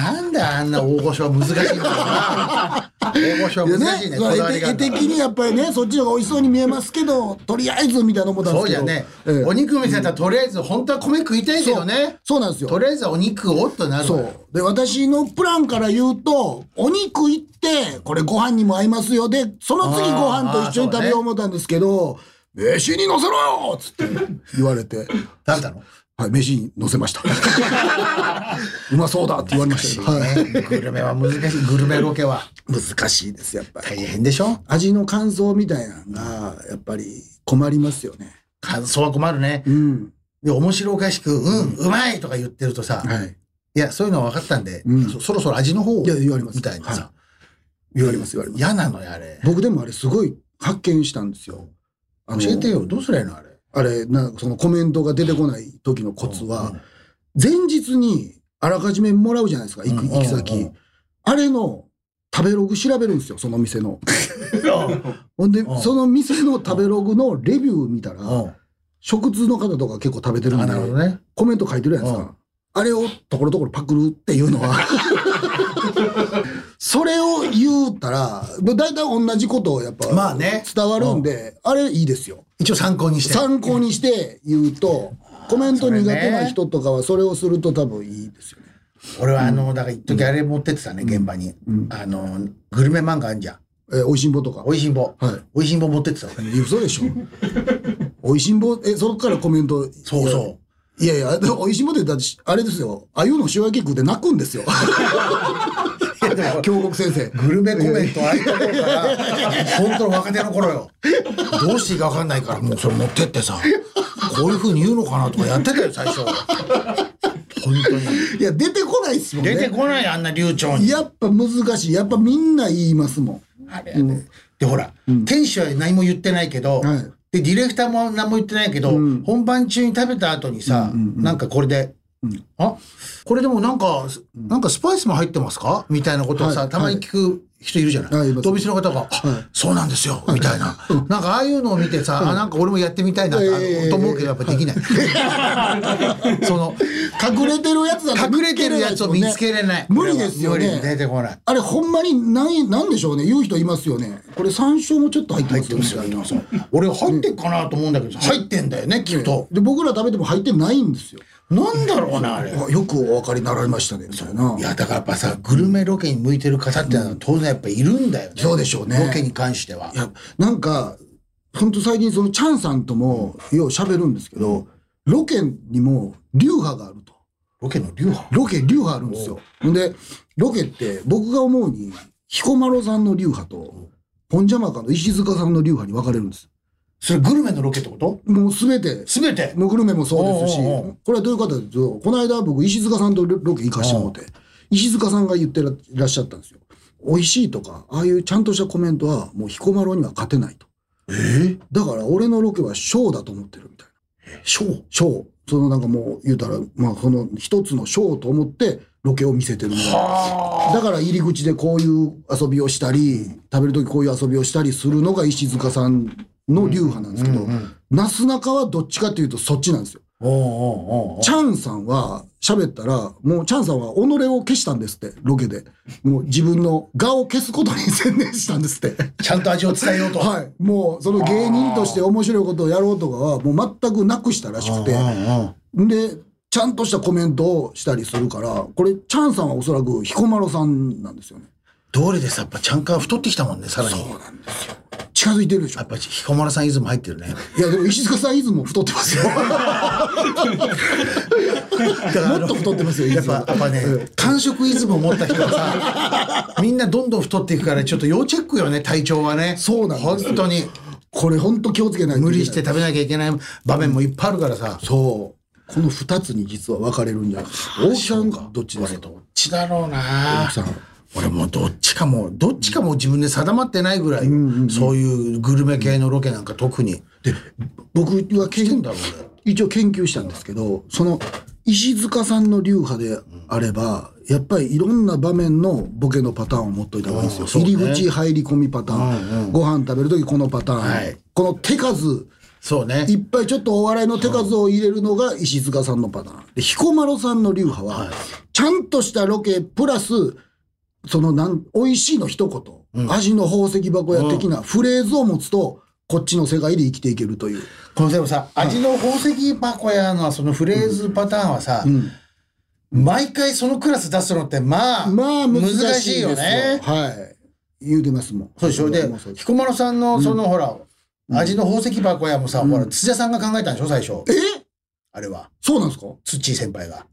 なんであんな大御所は難しいんだろうな。大御所はでね難しいね、、そこうだわり絵があ的るから。にやっぱりね、そっちの方が美味しそうに見えますけど、とりあえずみたいな思ったんでそすけうじゃど。ねええ。お肉見せたらとりあえず、本当は米食いたいけどね。そうなんですよと。りあえずはお肉をとなるそわよ。う。で、私のプランから言うと、お肉行って、これご飯にも合いますよ。で、その次あーご飯と一緒にあーそうね食べよう思ったんですけど、飯に乗せろよつって言われて、食べたのはい、飯に乗せました。 <laughs> うまそうだって言われましたけど、はい。ねグルメは難しい。グルメロケは。難しいです、やっぱ大り。変でしょ味の感想みたいなのが、やっぱり困りますよね。感想は困るね。うん。で、面白おかしく、うん、うまいとか言ってるとさ、はい。いや、そういうのは分かったんで、うんそそろそろ味の方を、いや言われますみたいなさ、言われます、言われます。嫌なのよ、あれ。僕でもあれすごい発見したんですよ。あの教えてよ、どうすりゃいいの、あれ。あれ、な、そのコメントが出てこない時のコツは、前日にあらかじめもらうじゃないですか、行くう行んきうんう先ん。あれの食べログ調べるんですよ、その店 <laughs> の。うん、ほんでう、んその店の食べログのレビュー見たうら、ん食通の方とか結構食べてるあ、んなるほどで、ね。コメント書いてるじゃないですうか。あれをところどころパクるっていうのは。 <laughs> それを言うたら、もう大体同じことをやっぱまあね伝わるんで、あれいいですよ。一応参考にして。参考にして言うと、コメント苦手な人とかはそれをすると多分いいですよね。俺は、あの、だから一時あれ持ってってたね、現場に。あの、グルメ漫画あんじゃん。えー、おいしんぼとか。おいしんぼ。はいおいしんぼ持ってってた俺。いや嘘で <laughs> しょ。おいしんぼ、え、そこからコメント。。そうそういやいや、でもおいしんぼってだってし、あれですよ。あゆの塩焼き食うて泣くん <laughs> ですよ。京極先生。グルメコメントああいうところ <laughs> から、本当の若手の頃よ。どうしていいか分かんないから、もうそれ持ってってさ、こういうふうに言うのかなとかやってたよ、最初。本当に。いや、出てこないっすもん <laughs> 出てね。こない、あんな流暢に。やっぱ難しい。やっぱみんな言いますもん。あれやで。で、ほら、店主は何も言ってないけどはい、で、ディレクターも何も言ってないけど、本番中に食べた後にさ、なんかこれで、あこれでもなんか、なんかスパイスも入ってますかみたいなことをはさ、いたまに聞く人いるじゃはないいいますお店の方が、あそうなんですよ、みた <laughs> いな。なんかああいうのを見てさ、あなんか俺もやってみたいなえとえあのと思うけど、やっぱできない。 <laughs> その、隠れてるやつだと隠見れつてけるれないやですつをもんね見つけれない。無理ですよね無理出てこない。あれほんまに何、なんでしょうね。言う人いますよね。これ山椒もちょっと入って入まっすてよまね。すよ、入ってますよ。俺入ってっかなと思うんだけど、入ってんだよね、聞くと。で僕ら食べても入ってないんですよ。なんだろうな、あれ。いあよくお分かりになられましたねみたいな。や、だからやっぱさ、グルメロケに向いてる方ってのは当然やっぱいるんだよね。そうでしょうねロケに関しては。いやなんか本当最近そのチャンさんともよう喋るんですけど、ロケにも流派があると。ロケの流派ロケ流派あるんですよ。んでロケって僕が思うに彦摩呂さんの流派と本邪魔かの石塚さんの流派に分かれるんです。それグルメのロケってこともう全てすべて。もうグルメもそうですし、おうおうおうこれはどういう方ですと、この間僕、石塚さんとロロケ行かしてもらって、石塚さんが言ってらいらっしゃったんですよ。美味しいとか、ああいうちゃんとしたコメントは、もう彦摩呂には勝てないと。えだから俺のロケはショーだと思ってるみたいな。ショーショー。そのなんかもう言うたら、まあその一つのショーと思ってロケを見せてるみたいな。はあ。だから入り口でこういう遊びをしたり、食べるときこういう遊びをしたりするのが石塚さんの流派なんですけど、なすなかはどっちかというとそっちなんですよ。おうおうおうおうチャンさんは喋ったら、もうチャンさんは己を消したんですって、ロケで。もう自分の顔を消すことに専念したんですって。ちゃんと味を伝え <laughs> ようと。はい。もうその芸人として面白いことをやろうとかは、もう全くなくしたらしくて。で、ちゃんとしたコメントをしたりするから、これ、チャンさんはおそらく彦摩呂さんなんですよね。どれでさ、やっぱちゃんか太ってきたもんね、さらに。や近づいてるでしょっ。ぱ彦摩呂さんイズム入ってる <laughs> ね。いや、でも石塚さんいつも太って <laughs> ますよ。もっと太ってますよ、ややっぱ、やっぱね、完食イズムを持った人が <laughs> さ、みんなどんどん太っていくから、ちょっと要チェックよね、体調はね。そうなんですよ本当に。これ本当気をつけないといけない無理して食べなきゃいけない場面もいっぱいあるからさ。そう。この二つに実は分かれるんじゃないですか。大木さんがどっちです俺かどっちだろうなさん俺もうどっちかも、どっちかも自分で定まってないぐらい、そういうグルメ系のロケなんか特に。僕は研んだろうね一応研究したんですけど、その、石塚さんの流派であれば、やっぱりいろんな場面のボケのパターンを持っといた方がいいですよ。うんそうね入り口、入り込みパターン、ご飯食べるときこのパターン、はいこの手数、そうねいっぱいちょっとお笑いの手数を入れるのが石塚さんのパターン。で、彦摩呂さんの流派は、ちゃんとしたロケプラス、そのなん、美味しいの一言、味の宝石箱や的なフレーズを持つと、こっちの世界で生きていけるという。このでもさ味の宝石箱やのはそのフレーズパターンはさ、毎回そのクラス出すのってまあまあ難しいですよ難よね。はい。言うてますもん。そうでしょでもそうです彦摩呂さんのその、ほら味の宝石箱やもさ、ほら土田さんが考えたんでしょ最初えあれはそうなんですか土井先輩が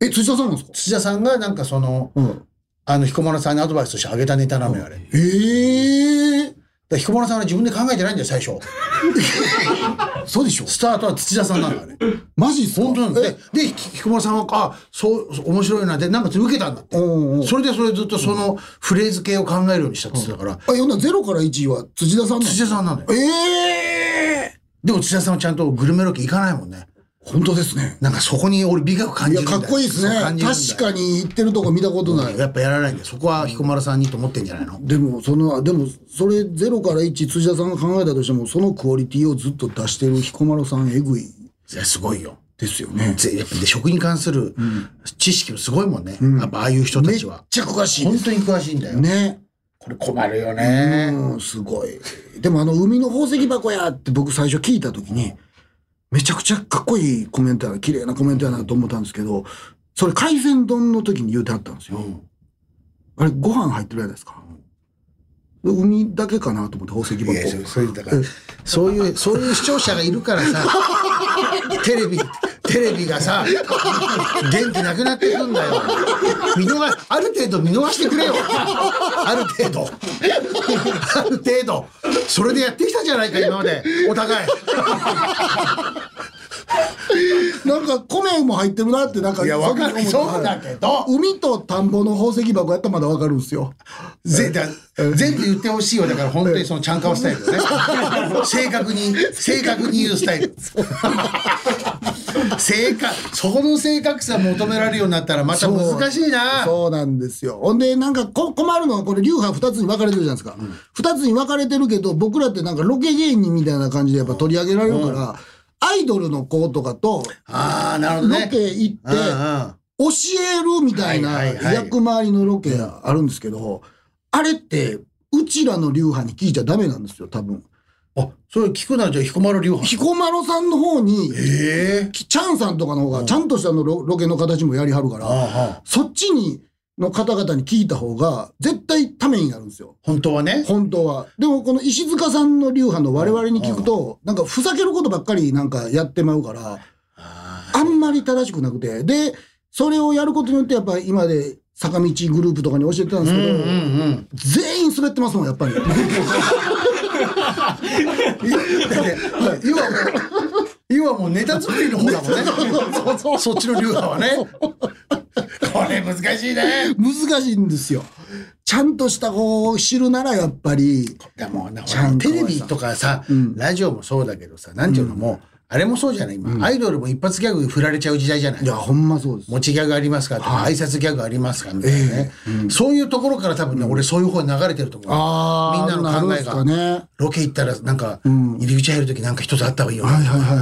え、辻田さんなんですか土田さんがなんかそのうん。あの彦摩呂さんにアドバイスとしてあげたネタなのよあれ、だかええら彦摩呂さんは自分で考えてないんだよ最初 <laughs> そうでしょスタートは土田さんなんだあれ <laughs> マジっすか本当なんだえでで彦摩呂さんはあそうそう面白いなってなんか受けたんだってうんうんそれでそれずっとそのフレーズ系を考えるようにしたって言ってたからあ、読んだゼロから1位は辻田さんなん土田さんなのよええでも土田さんはちゃんとグルメロケ行かないもんね本当ですね。なんかそこに俺美学感いじるや、んかだよっこいいですね。そう確感じるんだかよに言ってるとこ見たことない。やっぱやらないんだよそこは彦摩呂さんにと思ってんじゃないのでも、その、でも、それゼロから1、辻田さんが考えたとしても、そのクオリティをずっと出してる彦摩呂さん、えぐいいやすごいよですよね。ぜやっぱで食に関する知識もすごいもんね、やっぱああいう人ためっちちはゃ詳しいで本す。当に詳しいんだよ、ね。これ困るよね、うん、すごい。でもあの、海の宝石箱やって僕最初聞いたときに、めちゃくちゃかっこいいコメントやな、綺麗なコメントやなと思ったんですけど、それ海鮮丼の時に言うてはったんですよ。あれ、ご飯入ってるやないですか。海だけかなと思って宝石箱。いやそうそういうだからそう <laughs> いうそういう視聴者がいるからさテレビテレビがさ元気なくなってくんだよ見逃ある程度見逃してくれよある程度ある程度それでやってきたじゃないか今までお互いなんか米も入ってるなって、なんか。いやわかるそそうだけどはい海と田んぼの宝石箱やったらまだわかるんですよ。全全部言ってほしいよだから本当にそのちゃんかわスタイルね <laughs> 正確に正確に言うスタイル正確そこの正確さ求められるようになったらまた難しいなそうなんですよ。ほんで、なんかこ困るのは、これ、流派2つに分かれてるじゃないですか。2つに分かれてるけど、僕らってなんかロケ芸人みたいな感じでやっぱ取り上げられるから、アイドルの子とかとああなるほどロねケ行って、うんうん教えるみたいなはいはいはい役回りのロケあるんですけど、あれって、うちらの流派に聞いちゃダメなんですよ、多分。あそれ聞くなじゃあ彦摩呂流派彦摩呂さんの方に、ええきチャンさんとかの方が、ちゃんとしたのロロケの形もやりはるから、ああそっちに、の方々に聞いた方が、絶対ためになるんですよ。本当はね本当は。でもこの石塚さんの流派の我々に聞くと、なんかふざけることばっかりなんかやってまうから、あんまり正しくなくて。で、それをやることによってやっぱ今で坂道グループとかに教えてたんですけど、全員滑ってますもん、やっ <laughs> ぱり。だって要はもう要はもうネタ作りの方だもん <laughs> ねそっちの流派はねこれ難しいね難しいんですよ。ちゃんとした方を知るならやっぱり、でもなちゃんとテレビとかさ、ラジオもそうだけどさなんていうのも、うあれもそうじゃない今、アイドルも一発ギャグ振られちゃう時代じゃないいや、ほんまそうです。持ちギャグありますかとか、挨拶ギャグありますかみたいなね、そういうところから多分ね、俺そういう方に流れてると思うあーみんなの考えなるが、んですかねロケ行ったらなんか、入り口入る時なんか一つあった方がいいよな、はいはいはい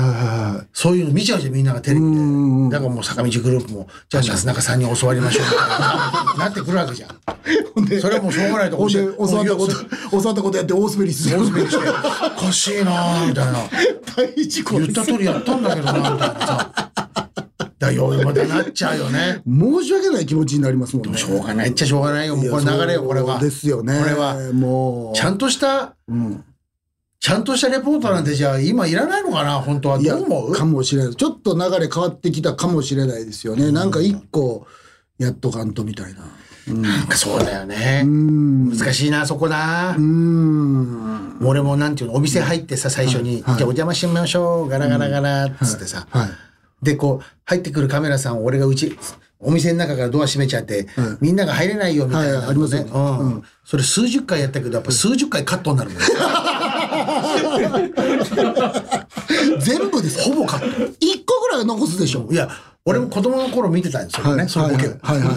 はい。そういうの見ちゃうじゃんみんながテレビで、んだからもう坂道グループもじゃあなすなかさんに教わりましょうみたいななってくるわけじゃんそれはもうしょうがないとほん思で、うし教わったこもうと、教わったことやって大滑りする。大滑りしておかしいなーみたいな大事故言った通りやったんだけどなみたいなさだよまでなっちゃうよね申し訳ない気持ちになりますもんね。しょうがないっちゃしょうがないよもうこれ流れよこれはですよね。これはもう。ちゃんとした、ちゃんとしたレポートなんてじゃあ今いらないのかな本当はいやどう思うかもしれない。ちょっと流れ変わってきたかもしれないですよね。なんか一個、やっとかんとみたいな。なんかそうだよね難しいなそこなうーん。俺もなんていうのお店入ってさ最初に「じゃあお邪魔しましょうガラガラガラ」っつってさ、はい。でこう入ってくるカメラさんを俺がうちお店の中からドア閉めちゃって、みんなが入れないよみたいな、はいありますよねうんそれ数十回やったけどやっぱ数十回カットになるもん、ね、全部です。ほぼカット一個ぐらいは残すでしょい。や俺も子供の頃見てたんですよね、はいそのボケを。、はいはいは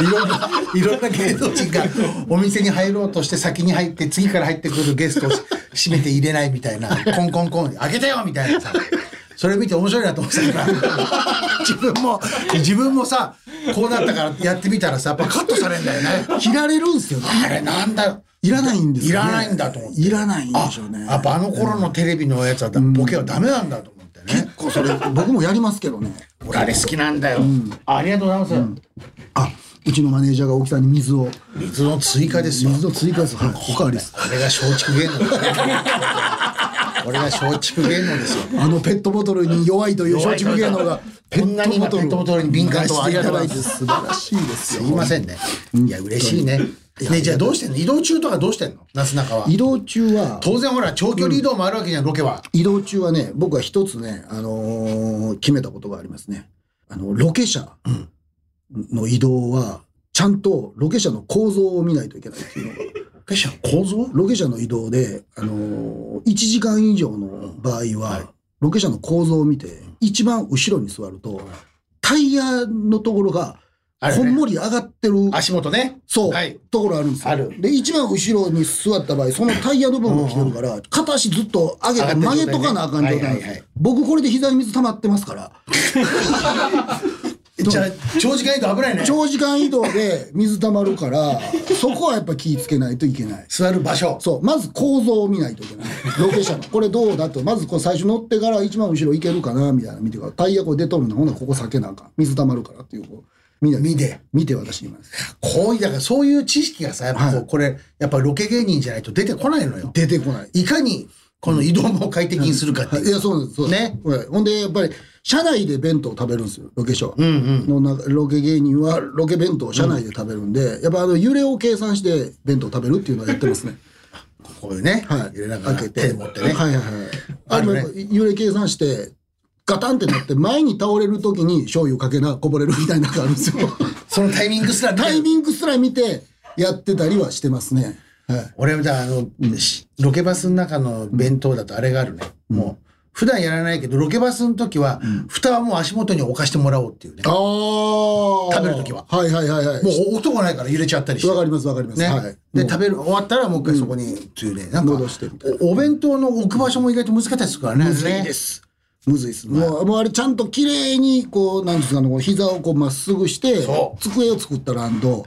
いろんな、 <laughs> いろんな芸能人がお店に入ろうとして先に入って、次から入ってくるゲストを閉めて入れないみたいな、コンコンコン、開けてよみたいなさ。それ見て面白いなと思ってたから、 <laughs> 自分も、自分もさ、こうなったからやってみたらさ、やっぱカットされんだよね。切られるんですよね。あれなんだいらないんですいよねらないんだと思って。いらないんでしょうねあやっぱあの頃のテレビのやつはだボケはダメなんだと思ってね。結構それ、僕もやりますけどね。俺あれ好きなんだよ。ありがとうございます。あ、うちのマネージャーが大木さんに水を、水の追加ですよ。水を追加です。はい、おかわりです。これが松竹芸能だよ。これが松竹芸能ですよ。あのペットボトルに弱いという松竹芸能がペこんなに今ペットボトルに敏感とはありがとうございます素晴らしいですすよいませんね。いや嬉しいね。ねじゃあどうしてんの移動中とかどうしてんのなすなかは。移動中は当然ほら長距離移動もあるわけじゃんロケは。移動中はね僕は一つね、あのー決めたことがありますねあのロケ車の移動はちゃんとロケ車の構造を見ないといけないっていうのが構造ロケ車の移動で、あのー、1時間以上の場合は、ロケ車の構造を見て、一番後ろに座ると、タイヤのところが、あれねこんもり上がってる、足元ね。そう、はいところあるんですよ。あるで、一番後ろに座った場合、そのタイヤの部分が来てるから、片足ずっと上げて曲げとかなあかん状態なん上がってる状態ねはでいはいすはよい僕これで膝に水溜まってますから、じゃあ長時間移動危ないね。長時間移動で水溜まるから、そこはやっぱ気ぃつけないといけない。座る場所。そう、まず構造を見ないといけない。ロケ車の。これどうだと、まずこう最初乗ってから一番後ろ行けるかな、みたいな見てから、タイヤこう出とるの、ほなここ避けなあかん。水溜まるからっていう、こう、見ない。見て。見て私に言います。こういう、だからそういう知識がさ、やっぱこう、はいこれ、やっぱロケ芸人じゃないと出てこないのよ。出てこない。いかに、この移動も快適にするかって。はいいいうや、そうなんです。そうなんですはいほんで、やっぱり、車内で弁当を食べるんですよ、ロケ車は。のなロケ芸人は、ロケ弁当を車内で食べるんで、やっぱあの、揺れを計算して弁当を食べるっていうのはやってますね。こういうね、はい。入れながら開け手持ってね。はいはいはい。ああの、のやねっぱ揺れ計算して、ガタンってなって、前に倒れるときに醤油かけな、こぼれるみたいなのがあるんです <laughs> よ。そのタイミングすらねタイミングすら見て、やってたりはしてますね。はい。俺、じゃあ、あの、しロケバスの中の弁当だとあれがあるね。もう、普段やらないけど、ロケバスの時は、蓋はもう足元に置かしてもらおうっていうね。ああ。食べる時ははいはいはいはい。もう置くとこないから揺れちゃったりして。わかりますわかります。ねはい。でもう食べる終わったらもう一回そこに、っていうねなんか戻してみたいおお弁当の置く場所も意外と難しかったですからね。むずいです。むずいです。もう、もうあれちゃんと綺麗に、こう、なんですかね、こう膝をこうまっすぐしてそ、う机を作ったらんと、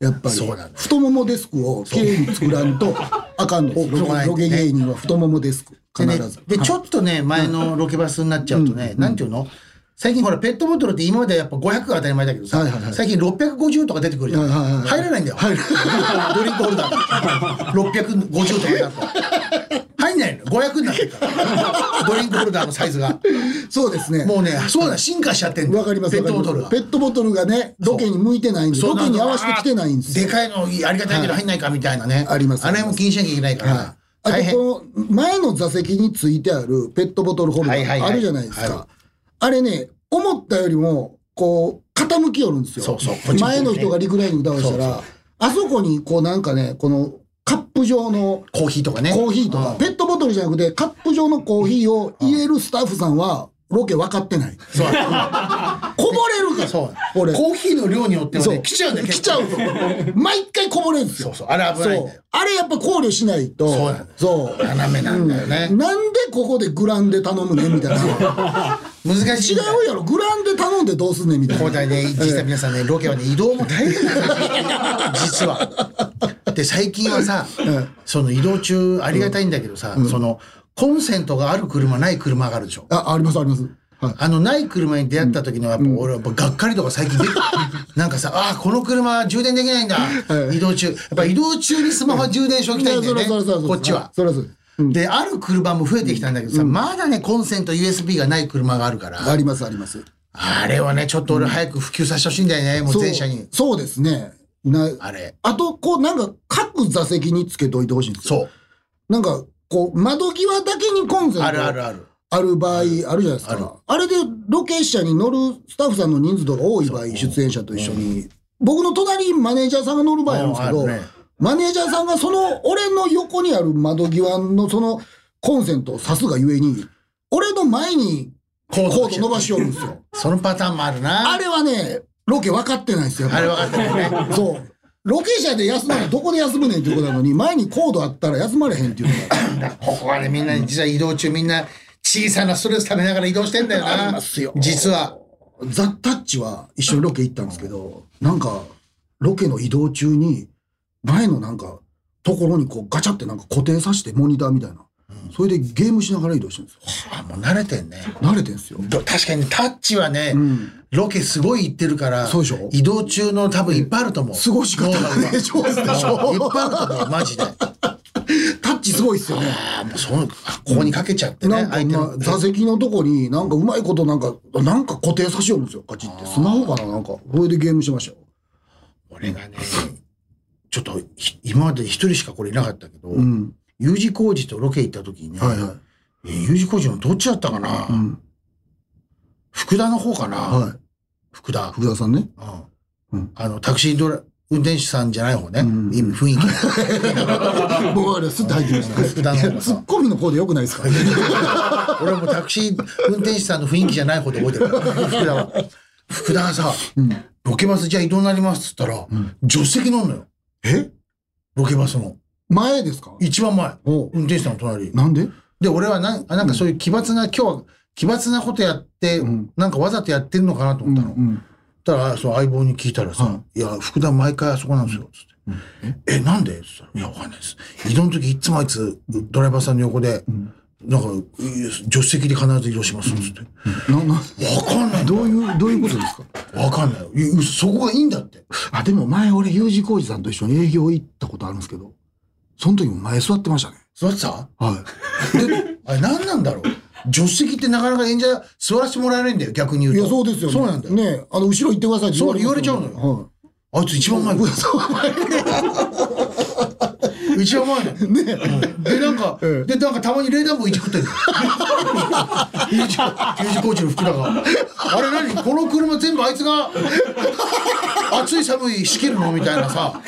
やっぱりそうなんだよ、太ももデスクを綺麗に作らんと、あかんのです。そうそうロケ芸人は太ももデスク、必でねず。で、はいちょっとね、前のロケバスになっちゃうとね、なんていうの最近ほら、ペットボトルって今までやっぱ500が当たり前だけどさ、はいはいはい最近650とか出てくるじゃはん。いはいはい入らないんだよ。 <laughs> ドリンクホルダーの。650とかだと。入んないの。500になってるから。ドリンクホルダーのサイズが。そうですね。もうね、そうだ、進化しちゃってんだよわかりますペわッかりますトボトルがペ。ットボトルがね、ロケに向いてないんで、そうロケに合わせてきてないんですよ。でかいのありがたいけど入んないかみたいなね。ありますあれも気にしなきゃいけないから。あ大変。とこの前の座席についてあるペットボトルホルダはいはいーはいあるじゃないですはか。あれね、思ったよりも、こう、傾きよるんですよ。そうそうこっち向いてね前の人がリクライニング倒したら、そうあそこに、こうなんかね、このカップ状のコーヒーとかね。コーヒーとか、うんペットボトルじゃなくて、カップ状のコーヒーを入れるスタッフさんは、ロケ分かってない。そう <laughs> こぼれるから、そうこれコーヒーの量によってはそね、う。来ちゃうんだよ。来ちゃう結構の毎回こぼれるんですよ。そうそうあれ危ないんだよそうあれやっぱ考慮しないと。そうなんだよそう斜めなんだよね。なんでここでグランで頼むねみたい <laughs> な難しい違んだよ。うやろグランで頼んでどうすんねんみたい交な代で実際皆さんね、ロケはね、移動も大変な <laughs> んですよ、実は。で、最近はさ、その移動中ありがたいんだけどさ、その、コンセントがある車、ない車があるでしょ。あありますあります、はい、あの、ない車に出会った時の、やっぱ俺はやっぱがっかりとか最近出て、なんかさ、ああ、この車充電できないんだ。移動中。やっぱ移動中にスマホ充電しときたいんだよね。そらそらそらそらこっちは。そらそらうんで、ある車も増えてきたんだけどさ、まだね、コンセント USB がない車があるから、ありますありますあれはね、ちょっと俺早く普及させてほしいんだよね、もうそう全車に。そうですねなあれ。あとこうなんか各座席につけといてほしいんですよそう。なんかこう窓際だけにコンセントあるあるある。ある場合あるじゃないですかあれでロケ車に乗るスタッフさんの人数とか多い場合出演者と一緒に、僕の隣にマネージャーさんが乗る場合あるんですけど、うんあるねマネージャーさんがその俺の横にある窓際のそのコンセントを挿すがゆえに俺の前にコーコドード伸ばしよるんですよ。そのパターンもあるな。あれはね、ロケ分かってないんですよ。あれ分かって <laughs> ないね。そう。ロケ車で休まるどこで休むねんっていうことなのに、前にコードあったら休まれへんっていうのが。ここはね、みんな、実は移動中みんな、小さなストレス食べながら移動してんだよな。ありますよ実は。ザ・タッチは一緒にロケ行ったんですけど、なんか、ロケの移動中に、前のなんか、ところにこうガチャってなんか固定させてモニターみたいな。それでゲームしながら移動してるんですよ。あ、もう慣れてんね。慣れてるんですよ。ど確かにタッチはね、んロケすごい行ってるから、そうでしょ移動中の多分いっぱいあると思う。過ごし方がね脳上手でしょうんいっぱいあると思う、マジで。タッチすごいっすよね。あもうその、あここにかけちゃってなね、んか、相手まあの。座席のとこになんかうまいことなんか、なんか固定させよるんですよ。ガチって。スマホかななんか。それでゲームしてましたよ。俺がね、ちょっとひ今まで一人しかこれいなかったけど、うん。 U 字工事とロケ行った時にね、はいはい。え U 字工事のどっちだったかな、うん。福田の方かな、はい。福田。福田さんね。うんうんあの、タクシードラ、運転手さんじゃない方ね。うん今雰囲気。僕はあれ、スッて入ってきました。福田の方が <laughs> ツさッ。コミの方でよくないですか俺もタクシー運転手さんの雰囲気じゃない方で覚えてる。福田は。福田がさ、ロケバスじゃあ移動になりますっつったら、助手席乗んのよ。えロケバスの。前ですか一番前。おう運転手さんの隣。なんでで、俺はなんあなんかそういう奇抜な、今日は奇抜なことやって、んなんかわざとやってんのかなと思ったの。ん。たらそう相棒に聞いたらさ「、はいや福田毎回あそこなんですよ」つって「えなんで?」っつったら「いやわかんないです移動の時いつもあいつドライバーさんの横で、なんかい助手席で必ず移動します」っつって「な、な、わかんないどういう、どういうことですかわかんないよいやそこがいいんだってあ、でも前俺、U 字工事さんと一緒に営業行ったことあるんですけど、その時も前座ってましたね。座ってたはであれ何なんだろう助手席ってなかなか演者座らせてもらえないんだよ逆に言い。うとや、そうですよね。そうなんだよ、ねあの、後ろ行ってくださいってそう言われちゃうのあいつ一番前はい。そう、前一番前だよ <laughs> うんでなんか、ええでなんかたまに冷暖房いじ <laughs> くってる U 字工事の福田があれ何この車全部あいつが暑い寒い仕切るのみたいなさ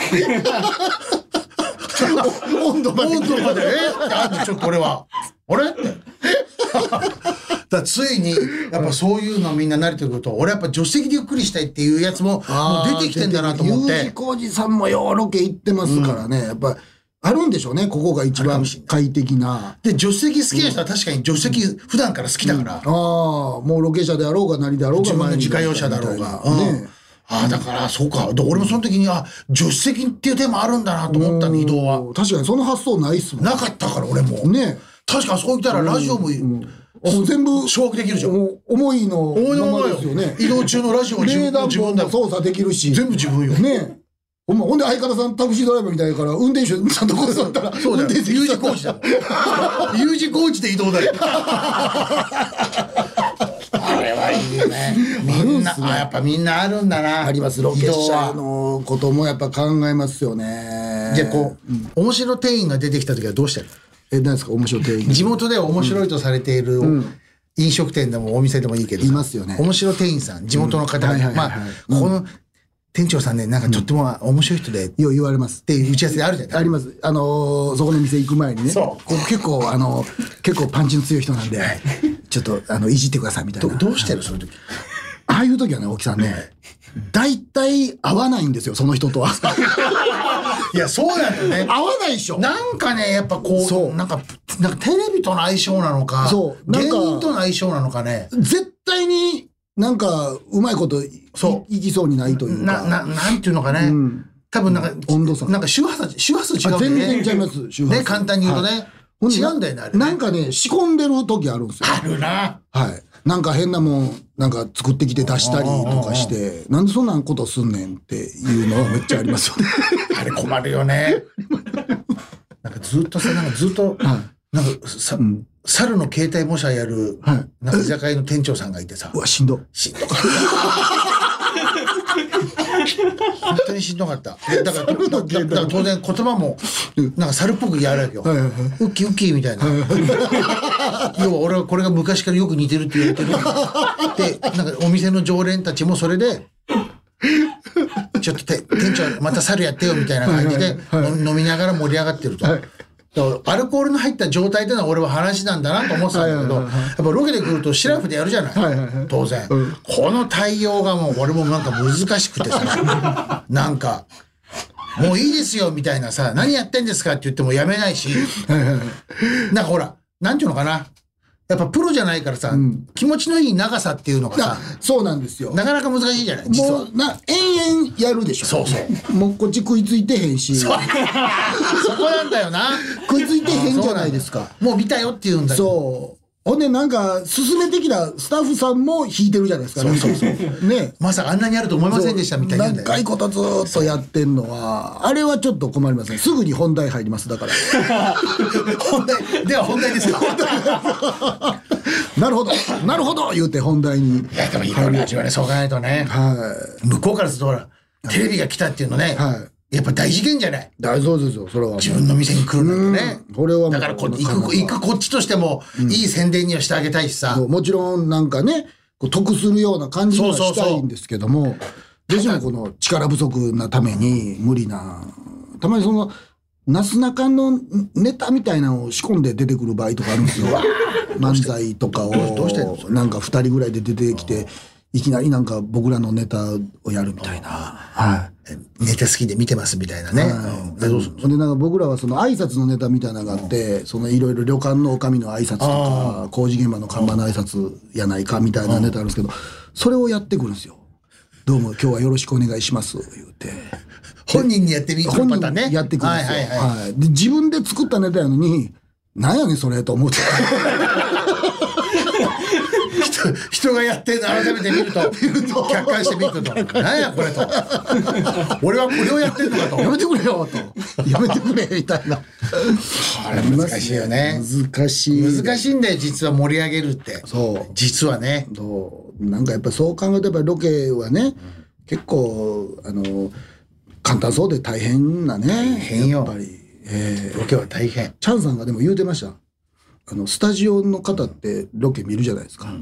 温度まで <laughs> 温度までえってあんのちょっと俺はあれ <laughs> ってだからついにやっぱそういうのみんな慣れてくると俺やっぱ助手席でゆっくりしたいっていうやつももう出てきてんだなと思っ U 字て工事さんもようロケ行ってますからね。やっぱ、あるんでしょうね。ここが一番快適な。で助手席好きな人は確かに助手席普段から好きだから、ああ、もうロケ車であろうが何であろうが自分の前に自出た家り用みた車いなだろうが。ねうんああ、だから、そうか。で俺もその時に、あ、助手席っていう手もあるんだなと思ったの、移動は。確かにその発想ないっすもんなかったから、俺も。ね確か、あそこ行ったら、ラジオもも、う全部掌握できるじゃん。もう思いの思いのまままよですよね。移動中のラジオも自冷分暖自分房だも。操作できるし。全部自分よ。ねほんまほんで相方さんタクシードライバーみたいだから運転手ちゃんとこう座ったら <laughs> そうだ運よ。転 U 字工事だよ。U 字工事で移動だよ。あれはいいよね。みんな、 <laughs> あやっぱみんなあるんだな。ありますロケ移動車はのこともやっぱ考えますよね。じゃあこう、面白店員が出てきた時はどうしてるのえ何ですか面白い定義。地元では面白いとされている、飲食店でもお店でもいいけどさいますよね面白店員さん地元の方、うんはいはいはまいあ、はいこの店長さんねなんかとっても面白い人でっよう言われます。ていう打ち合わせであるじゃない、あります。あのーそこの店行く前にね。そうこ結構、あのー結構パンチの強い人なんで、ちょっと、あの、いじってくださいみたいな。どどうしてるその時ああいう時はね、大木さんね、大体合わないんですよ、その人 <laughs> とは。いやそうなんだよね合わないでしょなんかねやっぱこうそうなんかなんかテレビとの相性なのかそうなん芸か人との相性なのかね絶対になんか、うまいことい、そいきそうにないというか。なななんていうのかね、多分なんか温度差なんか周波数周波数違うあんだよ全ね然ちゃいます、周波数ね簡単に言うとね、ほで違うんだよねあれねなんかね、仕込んでる時あるんですよ。あるなはい。なんか変なもん、なんか作ってきて出したりとかして、なんでそんなんことすんねんっていうのはめっちゃあり <laughs> ますよね。あれ困る <laughs> よね。なんかずっとさ、なんかずっと、なんかさ、猿の携帯模写やる、はいなんか居酒屋の店長さんがいてさう、わ、しんど。しんどかった。本当にしんどかった。でだから、だだだから当然言葉も、なんか猿っぽくやるわけよ。はいはいウッキーウッキーみたいな。要は俺はこれが昔からよく似てるって言われてる。で、なんかお店の常連たちもそれで、ちょっとて店長また猿やってよみたいな感じで、飲みながら盛り上がってると。だからアルコールの入った状態ってのは俺は話なんだなと思ってたんだけど、はいやっぱロケで来るとシラフでやるじゃない。はいはいはい当然、この対応がもう俺もなんか難しくて <laughs> さ、なんか、もういいですよみたいなさ、何やってんですかって言ってもやめないし、なんかほら、なんていうのかな。やっぱプロじゃないからさ、気持ちのいい長さっていうのがさ、そうなんですよ。なかなか難しいじゃない実もは。うな延々やるでしょ。。そうそうもうこっち食いついてへんし、食そこなんだよな。いついてへんじゃないですか。もう見たよって言うんだけど。そう。ほんでなんか進めてきたスタッフさんも引いてるじゃないですか。そうそうそう。ね。まさかあんなにあると思いませんでしたみたいな。長いことずーっとやってんのはあれはちょっと困りますねすぐに本題入りますだから <laughs> 本題では本題 <laughs> ですよ。なるほどなるほど言うて本題にいやでもいろいろ味わいそうかないとね。は向こうからするとほらテレビが来たっていうのね、はやっぱ大事件じゃない。い大そうですよそれは自分の店に来るなんてねうん。これはもうだからこなか行なかく行くこっちとしてもいい宣伝にはしてあげたいしさ。そうもちろんなんかねこう得するような感じにはそうそしうそたういんですけどもどうしてもこの力不足なために無理なたまにそのなすなかのネタみたいなのを仕込んで出てくる場合とかあるん <laughs> ですよ漫才とかをどうしてんのそなんか2人ぐらいで出てきていきなりなんか僕らのネタをやるみたいな。はいネタ好きで見てますみたいなね。うんでどうするほんでなんか僕らはその挨拶のネタみたいなのがあって、そのいろいろ旅館の女将の挨拶とか工事現場の看板の挨拶やないかみたいなネタあるんですけど、それをやってくるんですよ。どうも今日はよろしくお願いします言うて本人にやってみる本パターン人ね。やってくるんはでいすよ、ははいいはい。で自分で作ったネタやのになんやねんそれと思って <laughs> 人人がやってるの改めて <laughs> 見ると客観して見ると何やこれと俺はこれをやってるのかとやめてくれよとやめてくれみたいな <laughs> あれ難しいよね難しい難しいんだよ実は盛り上げるってそう実はねどうなんかやっぱそう考えるとやっぱりロケはね、結構あの簡単そうで大変なね変よやっぱり、えーロケは大変チャンさんがでも言うてましたあのスタジオの方ってロケ見るじゃないですか、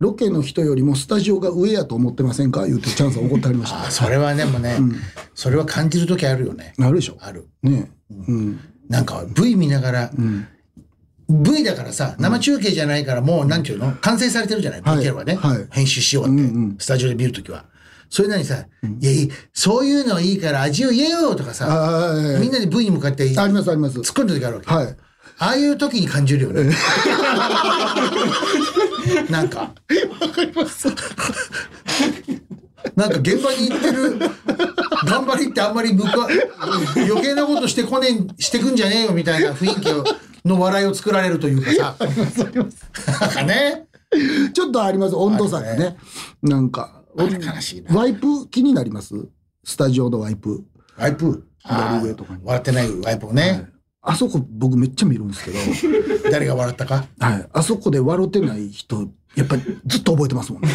ロケの人よりもスタジオが上やと思ってませんか言うてチャンさん怒ってありました <laughs> あそれはねもうね、それは感じる時あるよねなるでしょあるねうん、なんか V 見ながら、V だからさ生中継じゃないからもうなんていうの完成されてるじゃないはい VTR はね、はい編集しようって、うんうんスタジオで見るときはそれなのにさ、いやいいそういうのいいから味を言えよとかさあーえーみんなで V に向かってあ突っりますあります込んでる時あるわけ、はいああいう時に感じるよね。 <laughs> なんか。わかります。なんか現場に行ってる頑張りってあんまり向か余計なことしてこねんしてくんじゃねえよみたいな雰囲気をの笑いを作られるというかさ。なんかね。ちょっとあります温度差がねなんか悲しいなワイプ気になりますスタジオのワイプワイプ。左上とかに笑ってないワイプをね。あそこ僕めっちゃ見るんですけど、 <laughs> 誰が笑ったか。はい、あそこで笑ってない人やっぱりずっと覚えてますもんね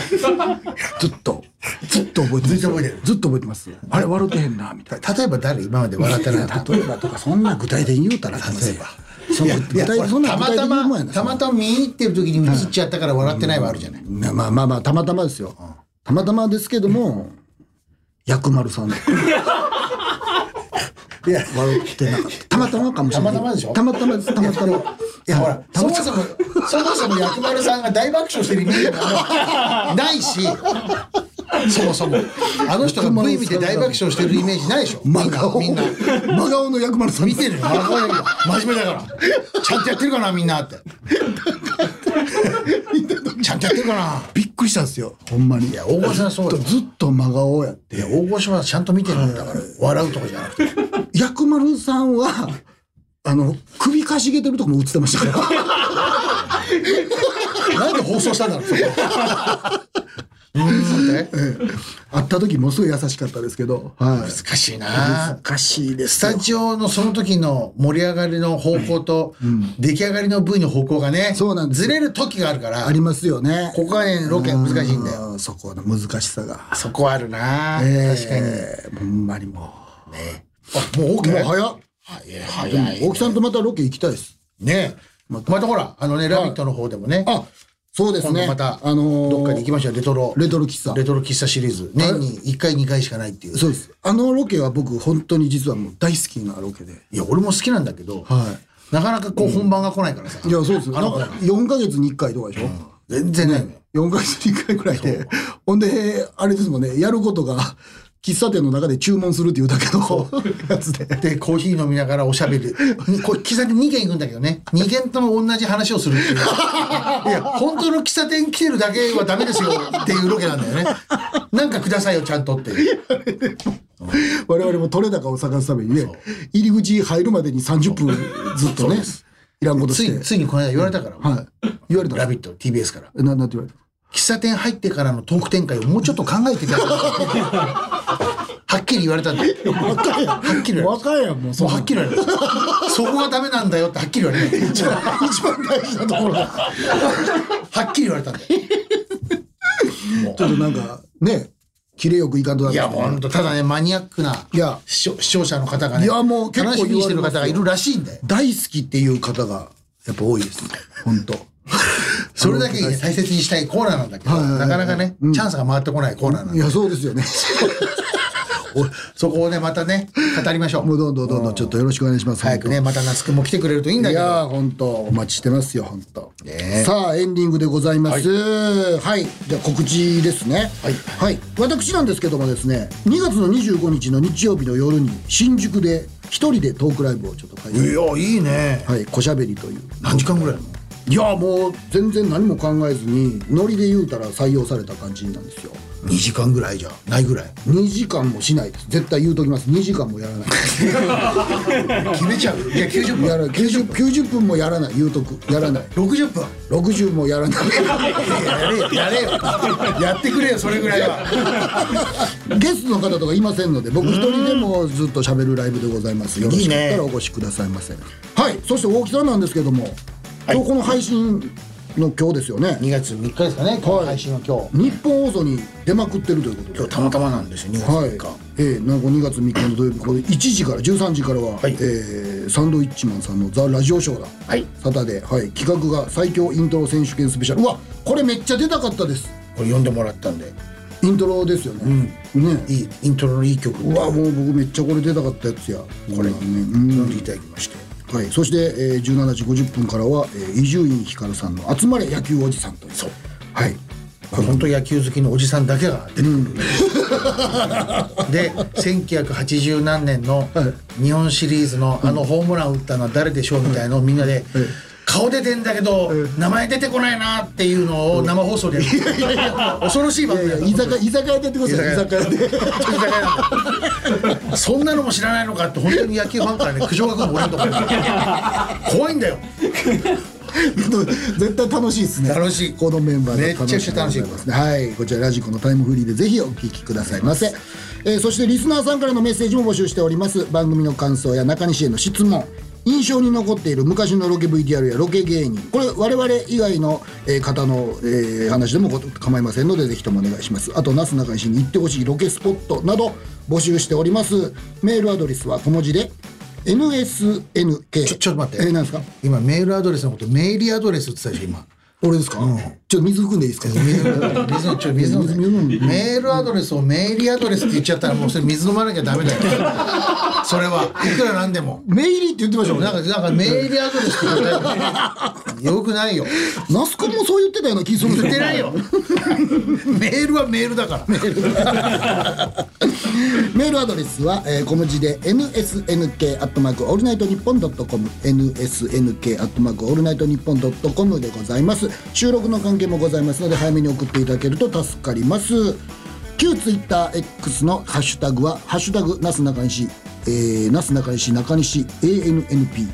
ずっとずっと覚えてますずっと覚えてるずっと覚えてますあれ笑ってへんなみたいな例えば誰今まで笑ってないの。例えばとかそんな具体的に言うたら例えばそんな具いや体的そんなた具ま体的たに言うもんやま、なたまたま見に行ってる時に映っちゃったから笑ってないはあるじゃない。なまあまあまあたまたまですよたまたまですけども薬丸さんとかいや、笑ってなかったたまたまかもしれないたまたまでしょたまたまですたまたまいやほら、そもそも、そもそも薬丸さんが大爆笑してるイメージがないし、そもそも、あの人が V 見て大爆笑してるイメージないでしょ。み真んな、顔みんな。真顔の薬丸さん見てるよ、真顔だけど真面目だから。ちゃんとやってるかな、みんなって。ちゃんとやってるかな。びっくりしたんですよほんまにいや、大御所はそうずだっよと。ずっと真顔やっていや、大御所はちゃんと見てるんだから、笑うとかじゃなくて。薬丸さんはあの首かしげてるとこも映ってましたから <laughs> なんで放送したんだろう、そこ。 <laughs> うんなんて会った時もすごい優しかったですけど、はい、難しいな。難しいでスすタジオのその時の盛り上がりの方向と、出来上がりの V の方向がね、そうなんですずれる時があるからあ、りますよねここがね、ロケ難しいんだよ。よそこの難しさが、そこはあるな、確かに。えーほんまにもあ、もう OK? うもう早っ早い、早い。大木さんとまたロケ行きたいですねまたほら、あのね、ラビットの方でもね、あそうです今ね度また、あのーどっかに行きましょう、レトロ。レトロ喫茶レトロ喫茶シリーズ。年に1回、2回しかないっていう。そうですあのロケは僕本当に実はもう大好きなロケでいや、俺も好きなんだけど、はなかなかこう本番が来ないからさ、いや、そうですよ。あなんのか4ヶ月に1回とかでしょ、全然ないのよ4ヶ月に1回くらいで。ほんで、あれですもんね、やることが、喫茶店の中で注文するっていうだけのやつで。でコーヒー飲みながらおしゃ <laughs> べりにこう喫茶店2軒行くんだけどね2軒とも同じ話をするっ <laughs> ていういや本当の喫茶店来てるだけはダメですよっていうロケなんだよねなんかくださいよちゃんとっていう我々も取れ高を探すためにね、入り口入るまでに30分ずっとね、いらんことつしいて。ついにこの間言われたから「はい。言われたラビット!」TBS からななんて言われた喫茶店入ってからのトーク展開をもうちょっと考えて <laughs> くださいはっきり言われたんだよ若いやん。はっきり言われた若いやん、もう。もうはっきり言われたそこがダメなんだよってはっきり言わ <laughs> れた一番大事なところはっきり言われたんだよちょっとなんか、ね、キレよくいかんとだいや、ほんと、ただね、マニアックないや視聴視聴者の方がね、いやもう結構楽しみにしてる方がい言るらしいんだよ。大好きっていう方が、やっぱ多いです。本当。それだけにね大切にしたいコーナーなんだけど、はいはいはいなかなかね、チャンスが回ってこないコーナーな <laughs> んいで、や、そうです <laughs> よね。おそこをね、またね、語りましょう。もうどんどんどんどんちょっとよろしくお願いします。早くね、また那須君も来てくれるといいんだいけど、やー、本当お待ちしてますよ、本当、ねえさあ、エンディングでございます。はい、じゃあ告知ですね。はい私なんですけどもですね、2月の25日の日曜日の夜に新宿で一人でトークライブをちょっと開い催。や、いいね。はい、小しゃべりという。何時間ぐらいのいやーもう全然何も考えずにノリで言うたら採用された感じなんですよ ?2 時間ぐらいじゃないぐらい。 2時間もしないです絶対言うときます2時間もやらない <laughs> 決めちゃう。いや、90や分。ら 90, 90分もやらない言うとくやらない60分。 60もやらない <laughs> やれよ、やれよ。やってくれよ、それぐらいは。ゲストの方とかいませんので僕一人でもずっと喋るライブでございますよろしかっいいたねらお越しくださいませはいそして大木さんなんですけども、今日この配信の今日ですよね2月3日ですかね、この配信の今日。日本放送に出まくってるということで今日たまたまなんですよ、2月はい3日。、えー、なんか2月3日の土曜日これ1時から13時からは、はいえーサンドイッチマンさんの「ザ・ラジオショーだ」はいサタデー、はい、企画が最強イントロ選手権スペシャルうわこれめっちゃ出たかったですこれ読んでもらったんでイントロですよね、ねいいイントロのいい曲うわをもう僕めっちゃこれ出たかったやつやこれね、うん読んでいただきましてはい、そして、えー、17時50分からはえー伊集院光さんの「集まれ野球おじさん」というそうはいこれ本当野球好きのおじさんだけが出てくる、 <laughs> で1980何年の日本シリーズのあのホームラン打ったのは誰でしょうみたいなのをみんなで顔出てんだけど名前出てこないなっていうのを生放送でやる恐ろしい番組だった居酒屋居酒屋でやってください居居酒酒屋で <laughs> 本当に居酒屋なんだよ <laughs> そんなのも知らないのかって本当に野球ファンからね苦情が来るの俺のところ怖いんだよ絶対楽しいですね楽しいこのメンバーでめっちゃくちゃ楽しいですねはいこちらラジコのタイムフリーでぜひお聞きくださいませえーそしてリスナーさんからのメッセージも募集しております番組の感想や中西への質問印象に残っている昔のロケ VTR やロケ芸人これ我々以外の、えー方の、えー話でもご構いませんのでぜひともお願いしますあとなすなかにしに行ってほしいロケスポットなど募集しておりますメールアドレスは小文字で NSNK ちょちょっと待ってえー、なんですか今メールアドレスのことメーリーアドレスって言ってたでしょ今俺ですか、ちょっと水含んでいい <laughs> ですかメールアドレスちょ水飲んでメールアドレスをメーリーアドレスって言っちゃったらもうそれ水飲まなきゃダメだよそれはいくらなんでもメイリーって言ってましたもんなねんかなんかメーリーアドレスって答えよくないよ那須君もそう言ってたような気するんですよ言ってないよメールはメールだからメールアドレスは、えー小文字で nsnk アットマークオールナイトニッポンドットコム nsnk アットマークオールナイトニッポンドットコムでございます収録の関係もございますので早めに送っていただけると助かります旧ツイッター X のハッシュタグは「ハッシュタグなすなかにし」えー「なすなかにし中西 ANNP」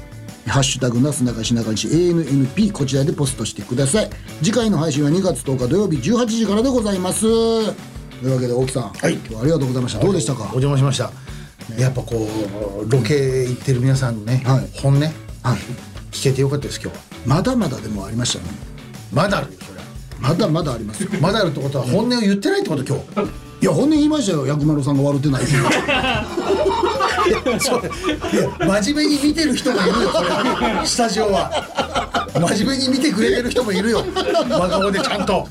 ハッシュタグなすなかしなかにし ANNP こちらでポストしてください次回の配信は2月10日土曜日18時からでございますというわけで大木さん、はい今日はありがとうございましたどうでしたおか邪魔しましたやっぱこうロケ行ってる皆さんのね、はい本音はい、聞けてよかったです今日はまだまだでもありましたねまだあるよそれはまだまだありますよまだあるってことは本音を言ってないってこと今日いや本音言いましたよ薬丸さんが笑って <laughs> ないっていや真面目に見てる人もいるよそれはスタジオは真面目に見てくれてる人もいるよ真顔でちゃんと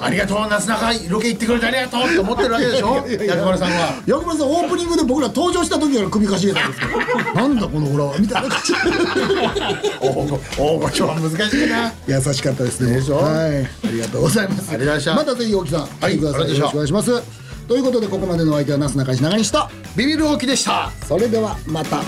ありがとう夏中ロケ行ってくれてありがとうって思ってるわけでしょ薬丸さんは薬丸さんオープニングで僕ら登場した時から首かしげたんですけ <laughs> どなんだこのオラはみたいな感じ大御所は難しいな優しかったですねでしょはいありがとうございますありがとうございまましたぜひ大木さん来いてください、ありよろがしくとおう願いしますということでここまでのお相手はなすなかにしながにしたビビる大きでしたそれではまた